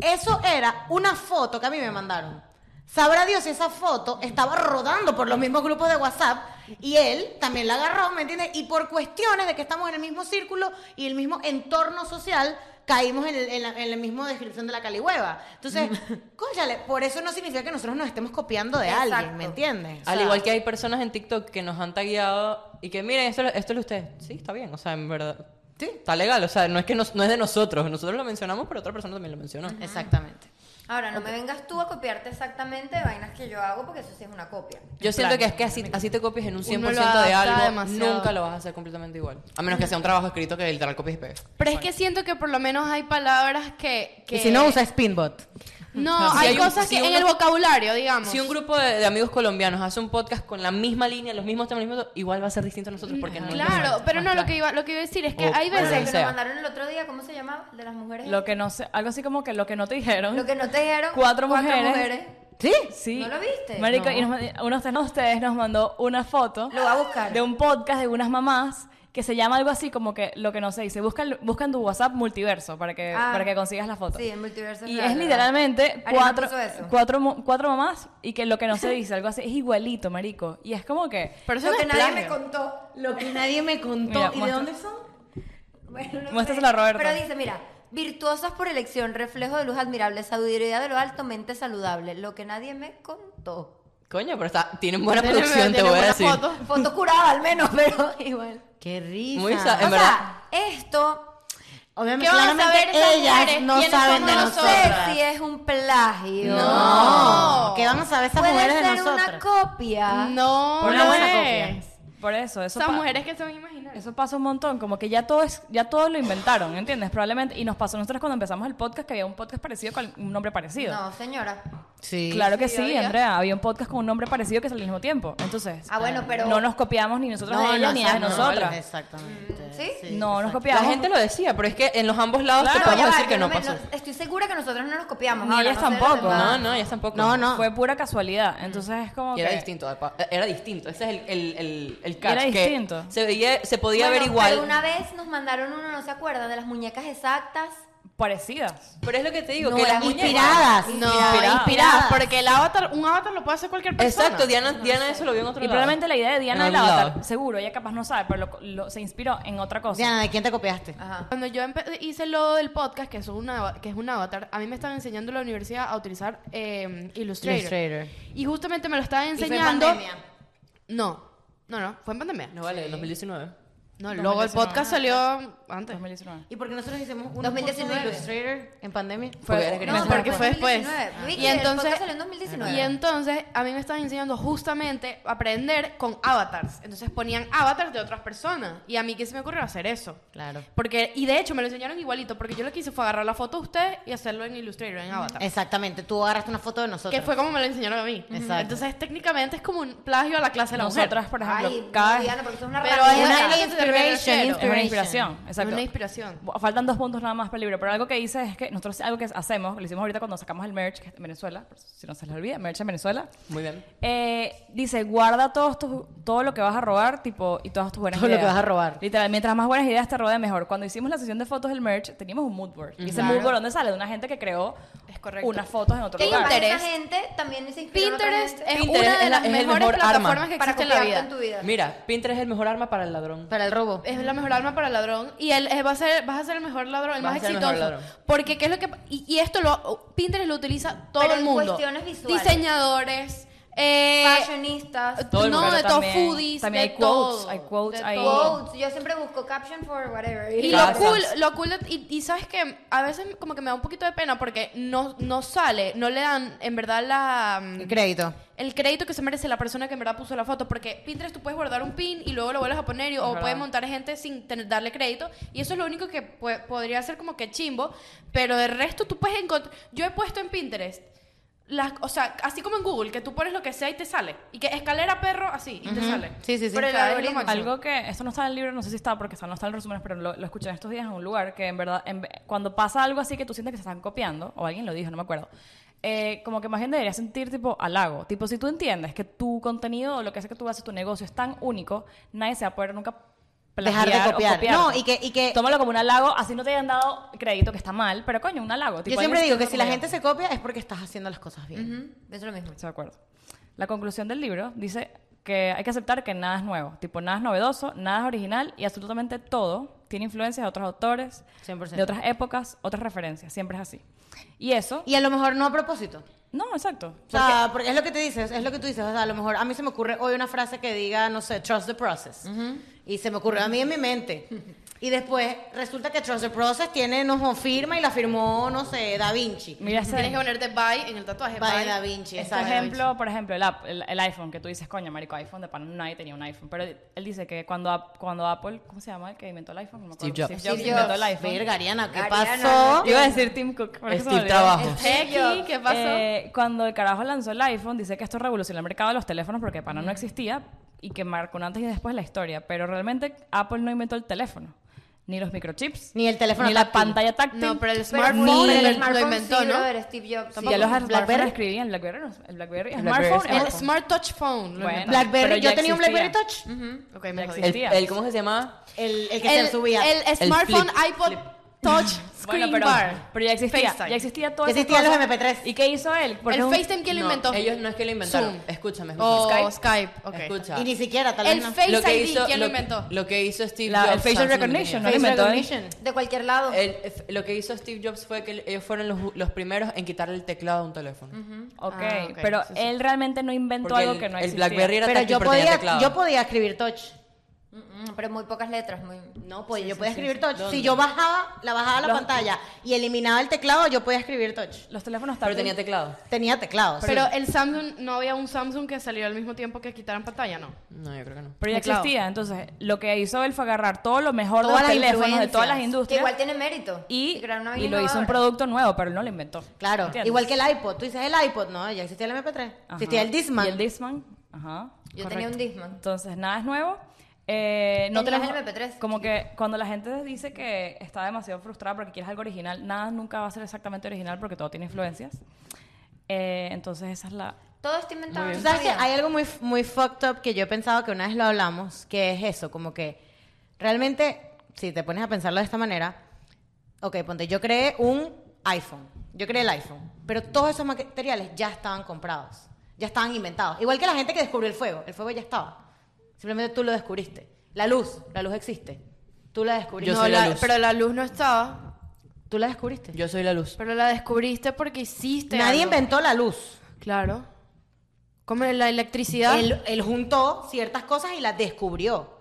Speaker 1: eso era una foto que a mí me mandaron. Sabrá Dios si esa foto estaba rodando por los mismos grupos de WhatsApp y él también la agarró, ¿me entiendes? Y por cuestiones de que estamos en el mismo círculo y el mismo entorno social, caímos en, el- en la, en la misma descripción de la calihueva. Entonces, cónchale, por eso no significa que nosotros nos estemos copiando de alguien,
Speaker 5: Exacto.
Speaker 1: ¿me entiendes? O
Speaker 3: Al
Speaker 1: sea,
Speaker 3: igual que hay personas en TikTok que nos han tagueado y que miren, esto, lo- esto es de ustedes. Sí, está bien, o sea, en verdad. Sí, está legal, o sea, no es que nos- no es de nosotros, nosotros lo mencionamos, pero otra persona también lo mencionó.
Speaker 1: Exactamente.
Speaker 5: Ahora, no me vengas tú a copiarte exactamente de vainas que yo hago porque eso sí es una copia.
Speaker 3: Yo siento que es que así, así te copies en un 100% de
Speaker 2: adapta
Speaker 3: algo,
Speaker 2: demasiado.
Speaker 3: nunca lo vas a hacer completamente igual. A menos que sea un trabajo escrito que literal copies y pegues.
Speaker 2: Pero es que siento que por lo menos hay palabras que... que-
Speaker 1: Y si no, usa Spinbot.
Speaker 2: No,
Speaker 3: Si
Speaker 2: hay,
Speaker 3: hay un-
Speaker 2: cosas
Speaker 3: si
Speaker 2: que en
Speaker 3: uno-
Speaker 2: el vocabulario, digamos.
Speaker 3: Si un grupo de, de amigos colombianos hace un podcast con la misma línea, los mismos temas, los mismos, igual va a ser distinto a nosotros porque no es lo mismo.
Speaker 2: Claro, pero no, lo que, iba, lo que iba a decir es que
Speaker 3: O-
Speaker 2: hay
Speaker 3: Bueno,
Speaker 5: Bueno,
Speaker 3: Sí,
Speaker 5: lo
Speaker 2: veces...
Speaker 5: que
Speaker 3: sea.
Speaker 5: nos mandaron el otro día, ¿cómo se llamaba? De las mujeres.
Speaker 4: Lo que no sé, algo así como que lo que no te dijeron.
Speaker 5: Lo que no te dijeron.
Speaker 4: Cuatro mujeres.
Speaker 1: ¿Sí?
Speaker 4: Sí.
Speaker 5: ¿No lo viste?
Speaker 4: Marico,
Speaker 5: No.
Speaker 4: y nos mandi- uno de ustedes nos mandó una foto
Speaker 5: Lo voy a buscar.
Speaker 4: de un podcast de unas mamás que se llama algo así como que lo que no sé dice, buscan, buscan tu WhatsApp multiverso para que,
Speaker 5: Ah.
Speaker 4: para que consigas la foto.
Speaker 5: Sí, el multiverso.
Speaker 4: Y
Speaker 5: real,
Speaker 4: es
Speaker 5: ¿verdad?
Speaker 4: literalmente
Speaker 5: Ariana
Speaker 4: cuatro,
Speaker 5: puso eso.
Speaker 4: cuatro, mu- cuatro mamás y que lo que no se dice, algo así, es igualito, marico. Y es como que...
Speaker 2: Pero eso
Speaker 5: Lo
Speaker 2: no
Speaker 5: que
Speaker 2: es
Speaker 5: nadie me
Speaker 2: plagio.
Speaker 5: contó.
Speaker 1: Lo que nadie me contó.
Speaker 4: Mira,
Speaker 1: ¿Y de
Speaker 4: muestra-
Speaker 1: dónde son?
Speaker 5: Bueno, no
Speaker 4: Muéstraselo a
Speaker 5: sé.
Speaker 4: Roberto.
Speaker 5: Pero dice, mira, virtuosas por elección, reflejo de luz admirable, sabiduría de lo alto, mente saludable. Lo que nadie me contó.
Speaker 3: Coño, pero está, tienen buena
Speaker 2: Tienen-
Speaker 3: producción, te
Speaker 2: tienen
Speaker 3: voy a
Speaker 2: buena
Speaker 3: decir.
Speaker 2: foto.
Speaker 5: Foto curada al menos, pero igual.
Speaker 1: Qué risa.
Speaker 3: Muy sa- En
Speaker 5: o
Speaker 3: verdad.
Speaker 5: sea, esto
Speaker 1: Obviamente,
Speaker 2: ¿Qué van a
Speaker 1: claramente
Speaker 2: saber esas
Speaker 1: ellas
Speaker 2: mujeres?
Speaker 1: no
Speaker 2: ¿Quiénes
Speaker 1: saben
Speaker 2: somos
Speaker 1: de
Speaker 5: no sé
Speaker 1: nosotras.
Speaker 5: si es un plagio.
Speaker 1: No. ¿Qué van a saber esas
Speaker 5: Puede
Speaker 1: mujeres de
Speaker 5: ser una
Speaker 1: nosotras?
Speaker 3: Ah.
Speaker 5: copia.
Speaker 2: No,
Speaker 4: Una buena
Speaker 2: es.
Speaker 4: copia. Por eso, eso
Speaker 2: Esas
Speaker 4: pa-
Speaker 2: mujeres que se van a imaginar.
Speaker 4: Eso pasa un montón, como que ya todo es, ya todo lo inventaron, ¿entiendes? Probablemente, y nos pasó a nosotros cuando empezamos el podcast que había un podcast parecido con un nombre parecido.
Speaker 5: No, señora.
Speaker 1: Sí.
Speaker 4: Claro que
Speaker 2: Sí,
Speaker 4: sí,
Speaker 2: había.
Speaker 4: Andrea, había un podcast con un nombre parecido que salió al mismo tiempo. Entonces,
Speaker 5: Ah, bueno, pero-
Speaker 4: no nos copiamos ni nosotros de ella ni ellas de nosotras. Mm,
Speaker 1: Exactamente.
Speaker 5: ¿Sí?
Speaker 4: No,
Speaker 1: exacto.
Speaker 4: nos
Speaker 3: La
Speaker 4: copiamos.
Speaker 3: gente lo decía, pero es que en los ambos lados
Speaker 4: Claro,
Speaker 5: ya
Speaker 3: te podemos
Speaker 5: va,
Speaker 3: decir que
Speaker 5: yo
Speaker 3: no
Speaker 5: me-
Speaker 3: pasó.
Speaker 5: estoy segura que nosotros no nos copiamos.
Speaker 4: Ni
Speaker 5: ahora,
Speaker 4: ellas
Speaker 5: no sé los
Speaker 4: tampoco.
Speaker 5: demás.
Speaker 3: No, no, ellas tampoco.
Speaker 1: No, no.
Speaker 4: Fue pura casualidad. Entonces, es como
Speaker 3: Y era
Speaker 4: que-
Speaker 3: distinto, de pa- era distinto. Ese es el, el, el, el catch.
Speaker 4: Era
Speaker 3: que
Speaker 4: distinto.
Speaker 3: Se, veía, se podía
Speaker 5: Bueno,
Speaker 3: ver igual.
Speaker 5: Pero una vez nos mandaron uno, no se acuerdan, de las muñecas exactas.
Speaker 4: parecidas.
Speaker 3: Pero es lo que te digo,
Speaker 5: No,
Speaker 3: que
Speaker 5: era
Speaker 3: las muñecas-
Speaker 1: Inspiradas.
Speaker 2: No,
Speaker 4: Inspiradas.
Speaker 2: inspiradas. Porque el avatar, un avatar lo puede hacer cualquier persona.
Speaker 3: Exacto, Diana, Diana eso lo vio en otro
Speaker 4: Y
Speaker 3: lado.
Speaker 4: probablemente la idea de Diana
Speaker 3: En
Speaker 4: del
Speaker 3: algún
Speaker 4: Avatar,
Speaker 3: lado.
Speaker 4: seguro, ella capaz no sabe, pero lo- lo- se inspiró en otra cosa.
Speaker 1: Diana, ¿de quién te copiaste?
Speaker 5: Ajá.
Speaker 2: Cuando yo empe- hice lo del podcast, que es, una, que es un avatar, a mí me estaban enseñando en la universidad a utilizar eh, Illustrator.
Speaker 1: Illustrator.
Speaker 2: Y justamente me lo estaban
Speaker 1: Y fue
Speaker 2: enseñando.
Speaker 1: pandemia.
Speaker 2: No, no, no, fue en pandemia.
Speaker 3: No vale, en 2019.
Speaker 2: No, luego el podcast salió antes.
Speaker 4: 2019.
Speaker 1: ¿Y por qué nosotros hicimos un
Speaker 5: 2019.
Speaker 1: curso de Illustrator en pandemia?
Speaker 3: Fue-
Speaker 1: Porque-
Speaker 3: Porque
Speaker 2: No,
Speaker 3: Gracias.
Speaker 2: porque fue después.
Speaker 5: 2019. Vicky,
Speaker 2: Y
Speaker 5: el
Speaker 2: entonces,
Speaker 5: podcast salió en 2019.
Speaker 2: y entonces a mí me estaban enseñando justamente a aprender con avatars. Entonces ponían avatars de otras personas. Y a mí que se me ocurrió hacer eso.
Speaker 1: Claro.
Speaker 2: Porque, y de hecho me lo enseñaron igualito, porque yo lo que hice fue agarrar la foto de usted y hacerlo en Illustrator, en Avatar.
Speaker 1: Exactamente. Tú agarraste una foto de nosotros.
Speaker 2: que fue como me lo enseñaron a mí.
Speaker 1: Exacto.
Speaker 2: Entonces técnicamente es como un plagio a la clase de la mujer.
Speaker 4: Nosotras, por ejemplo,
Speaker 5: Ay,
Speaker 4: cada
Speaker 5: no, Diana, porque sos una
Speaker 2: Pero
Speaker 5: rata.
Speaker 2: es-
Speaker 1: Una
Speaker 2: es lo que te
Speaker 1: Inspiration,
Speaker 2: verguero.
Speaker 4: Es una inspiración, exacto.
Speaker 2: Una inspiración.
Speaker 4: Faltan dos puntos nada más para el libro, pero algo que hice es que nosotros algo que hacemos, lo hicimos ahorita cuando sacamos el merch que es en Venezuela, por si no se les olvida, merch en Venezuela.
Speaker 3: Muy bien.
Speaker 4: Eh, dice, guarda todos tus, todo lo que vas a robar, tipo, y todas tus buenas
Speaker 1: Todo lo que
Speaker 4: ideas.
Speaker 1: vas a robar.
Speaker 4: Literal, mientras más buenas ideas te rodea, mejor. Cuando hicimos la sesión de fotos del merch, teníamos un mood board. Y ese mood board, ¿dónde sale? De una gente que creó
Speaker 2: Es correcto.
Speaker 4: unas fotos en otro
Speaker 5: Que
Speaker 4: lugar.
Speaker 5: para esa
Speaker 2: Pinterest.
Speaker 5: gente también se inspira en otra
Speaker 2: Pinterest
Speaker 5: gente
Speaker 2: es
Speaker 3: Pinterest
Speaker 2: una de
Speaker 3: es la-
Speaker 2: las
Speaker 3: es el
Speaker 2: mejores
Speaker 3: mejor arma
Speaker 2: plataformas que
Speaker 5: para
Speaker 2: existe en la
Speaker 5: copiarte
Speaker 2: vida.
Speaker 5: en tu vida.
Speaker 3: Mira, Pinterest es el mejor arma para el ladrón.
Speaker 1: Para el robo.
Speaker 2: Es la mejor arma para el ladrón y él eh, va a ser, vas a ser el mejor ladrón, el
Speaker 3: Vas
Speaker 2: más
Speaker 3: a ser el mejor
Speaker 2: exitoso.
Speaker 3: ladrón.
Speaker 2: Porque qué es lo que y, y esto lo Pinterest lo utiliza todo
Speaker 5: Pero
Speaker 2: el
Speaker 5: en
Speaker 2: mundo.
Speaker 5: cuestiones visuales.
Speaker 2: Diseñadores, eh,
Speaker 5: Fashionistas.
Speaker 4: Todo el
Speaker 2: no,
Speaker 4: mundo
Speaker 2: de todo
Speaker 4: también.
Speaker 2: foodies,
Speaker 4: También
Speaker 2: de
Speaker 4: hay quotes,
Speaker 2: todo,
Speaker 4: hay quotes,
Speaker 2: de
Speaker 4: hay-
Speaker 2: todo.
Speaker 5: Quotes. Yo siempre busco caption for whatever.
Speaker 2: Y lo
Speaker 3: Claro.
Speaker 2: cool, lo cool de- y, y sabes que a veces como que me da un poquito de pena porque no, no sale, no le dan en verdad la mm,
Speaker 1: El crédito.
Speaker 2: el crédito que se merece la persona que en verdad puso la foto. Porque Pinterest tú puedes guardar un pin y luego lo vuelves a poner y- o puedes montar gente sin tener, darle crédito. Y eso es lo único que pue- podría ser como que chimbo. Pero de resto tú puedes encontrar... Yo he puesto en Pinterest... Las, o sea, así como en Google, que tú pones lo que sea y te sale. Y que escalera perro, así, y te sale.
Speaker 1: Sí, sí, sí.
Speaker 2: Por el
Speaker 5: Claro,
Speaker 2: algoritmo.
Speaker 5: es lo
Speaker 4: Algo que, esto no está en el libro, no sé si está porque está- no está en los resúmenes, pero lo, lo escuché en estos días en un lugar que en verdad, en ve- cuando pasa algo así que tú sientes que se están copiando, o alguien lo dijo, no me acuerdo, eh, como que más bien deberías sentir tipo halago. Tipo, si tú entiendes que tu contenido o lo que sea que tú haces, tu negocio es tan único, nadie se va a poder nunca
Speaker 1: Dejar de
Speaker 4: plagiar o
Speaker 1: copiar.
Speaker 4: copiarte.
Speaker 1: No, y que- eh, y que-
Speaker 4: Tómalo como un halago, así no te hayan dado crédito que está mal, pero coño, un halago.
Speaker 1: Yo
Speaker 4: tipo,
Speaker 1: siempre
Speaker 4: alguien
Speaker 1: digo que si la
Speaker 4: como yo.
Speaker 1: gente se copia es porque estás haciendo las cosas bien.
Speaker 5: Ujú, Es lo mismo.
Speaker 4: Estoy de acuerdo. La conclusión del libro dice que hay que aceptar que nada es nuevo, tipo nada es novedoso, nada es original y absolutamente todo tiene influencias de otros autores,
Speaker 1: 100%.
Speaker 4: de otras épocas, otras referencias, siempre es así. Y eso,
Speaker 1: Y a lo mejor no a propósito.
Speaker 4: no, exacto.
Speaker 1: O sea, porque es lo que te dices, es lo que tú dices. O sea, a lo mejor a mí se me ocurre hoy una frase que diga, no sé, trust the process. Y se me ocurre a mí en mi mente. Y después resulta que trust the process tiene, no firma y la firmó, no sé, Da Vinci.
Speaker 4: Mira ese,
Speaker 2: Tienes que ponerte bye en el tatuaje.
Speaker 1: By
Speaker 2: bye.
Speaker 1: Da Vinci,
Speaker 4: este
Speaker 1: exacto.
Speaker 4: ejemplo, por ejemplo, el, app- el- el iPhone que tú dices, coño, marico, iPhone de pan, nadie tenía un iPhone, pero él dice que cuando, App- cuando Apple, ¿cómo se llama el que inventó el iPhone? No me
Speaker 3: Steve
Speaker 4: acuerdo.
Speaker 3: Jobs.
Speaker 5: Steve
Speaker 4: inventó el
Speaker 5: Jobs.
Speaker 4: iPhone.
Speaker 1: Verga, Ariana, ¿qué
Speaker 5: Ariana,
Speaker 1: pasó?
Speaker 5: no.
Speaker 4: Iba a decir Tim Cook. por eso se me olvidó.
Speaker 3: Steve
Speaker 2: Este
Speaker 3: Trabajos.
Speaker 5: Este
Speaker 2: Tequi, ¿qué pasó?
Speaker 4: Eh, cuando el carajo lanzó el iPhone, dice que esto revolucionó el mercado de los teléfonos porque para
Speaker 2: Mm.
Speaker 4: no existía y que marcó un antes y después la historia. Pero realmente Apple no inventó el teléfono, ni los microchips,
Speaker 1: Ni el teléfono
Speaker 4: ni la
Speaker 1: táctil.
Speaker 4: pantalla táctil.
Speaker 2: No, pero el
Speaker 5: Pero
Speaker 2: smartphone
Speaker 5: sí,
Speaker 2: lo-
Speaker 5: el
Speaker 2: lo
Speaker 5: smartphone
Speaker 2: inventó,
Speaker 5: sí,
Speaker 2: ¿no?
Speaker 5: brother, Steve Jobs. sí.
Speaker 4: ya los
Speaker 1: ¿Blackberry?
Speaker 4: smartphones escribían BlackBerry, no, el BlackBerry, el
Speaker 3: BlackBerry
Speaker 4: smartphone, es
Speaker 3: es
Speaker 2: El Smart Touch Phone. lo
Speaker 4: Bueno.
Speaker 2: inventó.
Speaker 4: Pero
Speaker 1: Blackberry,
Speaker 4: ya
Speaker 1: yo tenía un
Speaker 4: existía.
Speaker 1: Blackberry Touch.
Speaker 2: Ok, me jodí.
Speaker 3: El,
Speaker 4: Existía.
Speaker 3: el- ¿Cómo es que se llamaba?
Speaker 1: El, el que se subía.
Speaker 2: El,
Speaker 3: El
Speaker 2: smartphone
Speaker 3: flip,
Speaker 2: iPod Touch
Speaker 4: Bueno,
Speaker 2: Screen
Speaker 4: pero,
Speaker 2: Bar.
Speaker 4: pero ya existía,
Speaker 2: FaceTime.
Speaker 4: ya existía todo
Speaker 1: Ya existían los MP3.
Speaker 4: ¿Y qué hizo él? Porque
Speaker 2: el
Speaker 4: es un-
Speaker 2: FaceTime, ¿quién lo
Speaker 3: No,
Speaker 2: inventó?
Speaker 3: Ellos no es que lo inventaron.
Speaker 2: Zoom.
Speaker 3: Escúchame, escúchame.
Speaker 2: O Skype.
Speaker 3: Skype.
Speaker 2: ok.
Speaker 3: Escucha.
Speaker 1: y ni siquiera, tal vez
Speaker 2: El
Speaker 1: no.
Speaker 2: Face
Speaker 3: Lo que
Speaker 2: ID,
Speaker 3: hizo-
Speaker 2: ¿quién lo inventó?
Speaker 3: Lo que hizo Steve
Speaker 4: La- el
Speaker 3: Jobs.
Speaker 4: facial
Speaker 3: Samsung lo
Speaker 4: recognition,
Speaker 3: inventó.
Speaker 4: ¿no? lo inventó él.
Speaker 5: De cualquier lado.
Speaker 3: El- f- lo que hizo Steve Jobs fue que ellos fueron los, los primeros en quitarle el teclado a un teléfono.
Speaker 4: Ok,
Speaker 2: Ah, ok,
Speaker 4: pero
Speaker 2: sí, sí.
Speaker 4: él realmente no inventó
Speaker 3: Porque
Speaker 4: algo
Speaker 3: el-
Speaker 4: que no
Speaker 3: el
Speaker 4: existía.
Speaker 3: BlackBerry era
Speaker 1: Pero
Speaker 3: táctil,
Speaker 1: yo
Speaker 3: pero tenía
Speaker 1: podía,
Speaker 3: teclado.
Speaker 1: yo podía escribir touch.
Speaker 5: Mm, mm, Pero muy pocas letras. Muy...
Speaker 1: No, podía, yo podía escribir touch. Si yo bajaba, la bajaba la pantalla y eliminaba el teclado, yo podía escribir touch.
Speaker 4: Los teléfonos
Speaker 3: Pero
Speaker 4: también
Speaker 3: tenía teclado.
Speaker 1: Tenía teclado. sí.
Speaker 2: Pero el Samsung, no había un Samsung que salió al mismo tiempo que quitaran pantalla, no.
Speaker 3: No, yo creo que no.
Speaker 4: Pero ya
Speaker 2: Teclado.
Speaker 4: existía. Entonces, lo que hizo él fue agarrar todo lo mejor de
Speaker 5: Todas las
Speaker 4: los teléfonos, de
Speaker 5: influencias,
Speaker 4: todas las
Speaker 5: Que
Speaker 4: industrias.
Speaker 5: igual tiene mérito.
Speaker 4: y,
Speaker 5: crear una
Speaker 4: y lo
Speaker 5: vaina
Speaker 4: hizo un
Speaker 5: innovadora.
Speaker 4: producto nuevo, pero él no lo inventó.
Speaker 1: Claro,
Speaker 4: ¿Entiendes?
Speaker 1: igual que el iPod. Tú dices el iPod, ¿no? Ya existía el MP3.
Speaker 4: Ajá.
Speaker 1: Existía el Discman.
Speaker 4: Y el Discman. Ajá.
Speaker 5: Yo tenía un Discman.
Speaker 4: Entonces, nada es nuevo. Eh, no
Speaker 5: Tenías
Speaker 4: tenemos-
Speaker 5: el MP3
Speaker 4: Como que cuando la gente dice que está demasiado frustrada porque quieres algo original, nada nunca va a ser exactamente original porque todo tiene influencias. Eh, entonces, esa es la.
Speaker 5: Todo está inventado.
Speaker 1: Tú
Speaker 5: no
Speaker 1: sabes que
Speaker 5: sabía.
Speaker 1: hay algo muy, muy fucked up que yo he pensado que una vez lo hablamos, que es eso, como que realmente, si te pones a pensarlo de esta manera, ok, ponte, yo creé un iPhone, yo creé el iPhone, pero todos esos materiales ya estaban comprados, ya estaban inventados. Igual que la gente que descubrió el fuego, el fuego ya estaba, simplemente tú lo descubriste. La luz, la luz existe, tú la descubriste.
Speaker 3: Yo
Speaker 2: No,
Speaker 3: soy la
Speaker 2: la-
Speaker 3: luz.
Speaker 2: pero la luz no estaba.
Speaker 1: Tú la descubriste.
Speaker 3: Yo soy la luz.
Speaker 2: Pero la descubriste porque hiciste.
Speaker 1: Nadie
Speaker 2: algo.
Speaker 1: inventó la luz.
Speaker 2: Claro. Como la electricidad.
Speaker 1: Él, él juntó ciertas cosas y las descubrió.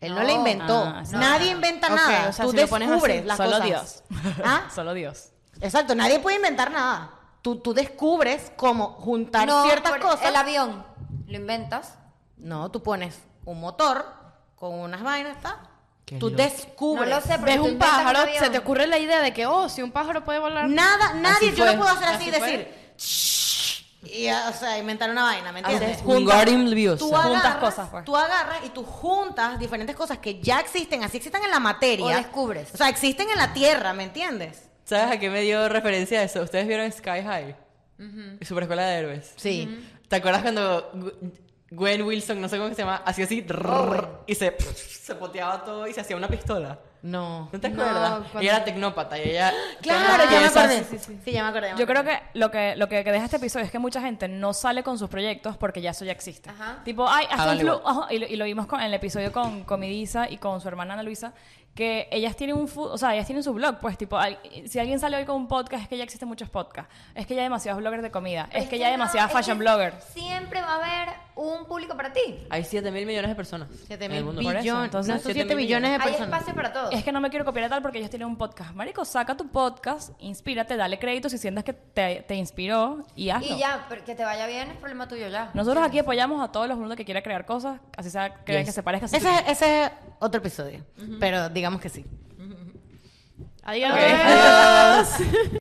Speaker 1: Él no,
Speaker 5: No.
Speaker 1: la inventó.
Speaker 4: Ah, sí.
Speaker 1: Nadie inventa
Speaker 2: Ok,
Speaker 1: nada.
Speaker 2: o sea,
Speaker 1: Tú
Speaker 2: si lo pones
Speaker 1: descubres
Speaker 2: así,
Speaker 1: las
Speaker 4: Solo
Speaker 1: cosas.
Speaker 4: Dios.
Speaker 1: ¿Ah?
Speaker 4: Solo Dios.
Speaker 1: Exacto, nadie puede inventar nada. Tú, tú descubres cómo juntar
Speaker 5: No,
Speaker 1: ciertas
Speaker 5: por-
Speaker 1: cosas.
Speaker 5: El avión. Lo inventas.
Speaker 1: No, tú pones un motor con unas vainas, ¿está?
Speaker 3: Qué
Speaker 1: Tú
Speaker 3: loco.
Speaker 5: No
Speaker 1: descubres.
Speaker 5: lo sé, pero
Speaker 2: ves
Speaker 5: tú
Speaker 2: un
Speaker 5: inventas
Speaker 2: pájaro,
Speaker 5: avión.
Speaker 2: se te ocurre la idea de que, oh, si un pájaro puede volar.
Speaker 1: Nada, nadie, yo
Speaker 3: fue,
Speaker 1: no puedo hacer así y
Speaker 2: así fue.
Speaker 1: decir, "Shh, y, o sea, inventar una vaina, ¿me entiendes?
Speaker 4: Haces
Speaker 3: Wingardium Leviosa.
Speaker 1: Tú
Speaker 4: Juntas
Speaker 1: agarras,
Speaker 4: cosas, pues.
Speaker 1: tú agarras y tú juntas diferentes cosas que ya existen, así existen en la materia.
Speaker 5: O descubres.
Speaker 1: O sea, existen en la tierra, ¿me entiendes?
Speaker 3: ¿Sabes a qué me dio referencia eso? ¿Ustedes vieron Sky High? Super Escuela de Héroes.
Speaker 1: Sí.
Speaker 3: ¿Te acuerdas cuando Gu- Gwen Wilson, no sé cómo se llama, hacía así drrrr, y se, se poteaba todo y se hacía una pistola?
Speaker 1: No.
Speaker 3: ¿No te
Speaker 2: No,
Speaker 3: acuerdas?
Speaker 2: cuando-
Speaker 3: Ella era tecnópata y ella...
Speaker 1: Claro, ya me
Speaker 3: Esas-
Speaker 1: acordé. Sí, ya me acordé. ya me
Speaker 4: Yo creo
Speaker 1: acordé.
Speaker 4: que lo, que lo que deja este episodio es que mucha gente no sale con sus proyectos porque ya eso ya existe.
Speaker 5: Ajá.
Speaker 4: Tipo, ay, haz un flu-
Speaker 3: Háganlo
Speaker 4: ajá, y, lo, y lo vimos con- en el episodio con Comidisa y con su hermana Ana Luisa, que ellas tienen un fu- o sea, ellas tienen su blog, pues tipo, al- si alguien sale hoy con un podcast es que ya existen muchos podcasts, es que ya hay demasiados bloggers de comida, es, que ya hay
Speaker 5: no,
Speaker 4: demasiadas
Speaker 5: es
Speaker 4: fashion
Speaker 5: que
Speaker 4: bloggers.
Speaker 5: Siempre va a haber un público para ti.
Speaker 3: Hay 7 mil millones de personas.
Speaker 1: Siete
Speaker 3: en el
Speaker 1: mil
Speaker 3: mundo.
Speaker 4: Por eso,
Speaker 1: billones.
Speaker 4: entonces,
Speaker 1: no, son
Speaker 3: siete
Speaker 1: siete
Speaker 3: mil
Speaker 1: billones de
Speaker 5: Hay
Speaker 1: personas.
Speaker 5: espacio para todos.
Speaker 4: Es que no me quiero copiar a tal porque ellos tienen un podcast. Marico, saca tu podcast, inspírate, dale crédito si sientes que te, te inspiró y hazlo.
Speaker 5: Y ya, pero que te vaya bien es problema tuyo ya.
Speaker 4: Nosotros aquí apoyamos a todos los mundo que quiera crear cosas, así sea, crean
Speaker 3: Yes.
Speaker 4: que se parezca. así-
Speaker 1: Ese, es- ese es otro episodio, pero digamos que sí.
Speaker 2: Adiós.
Speaker 3: Adiós.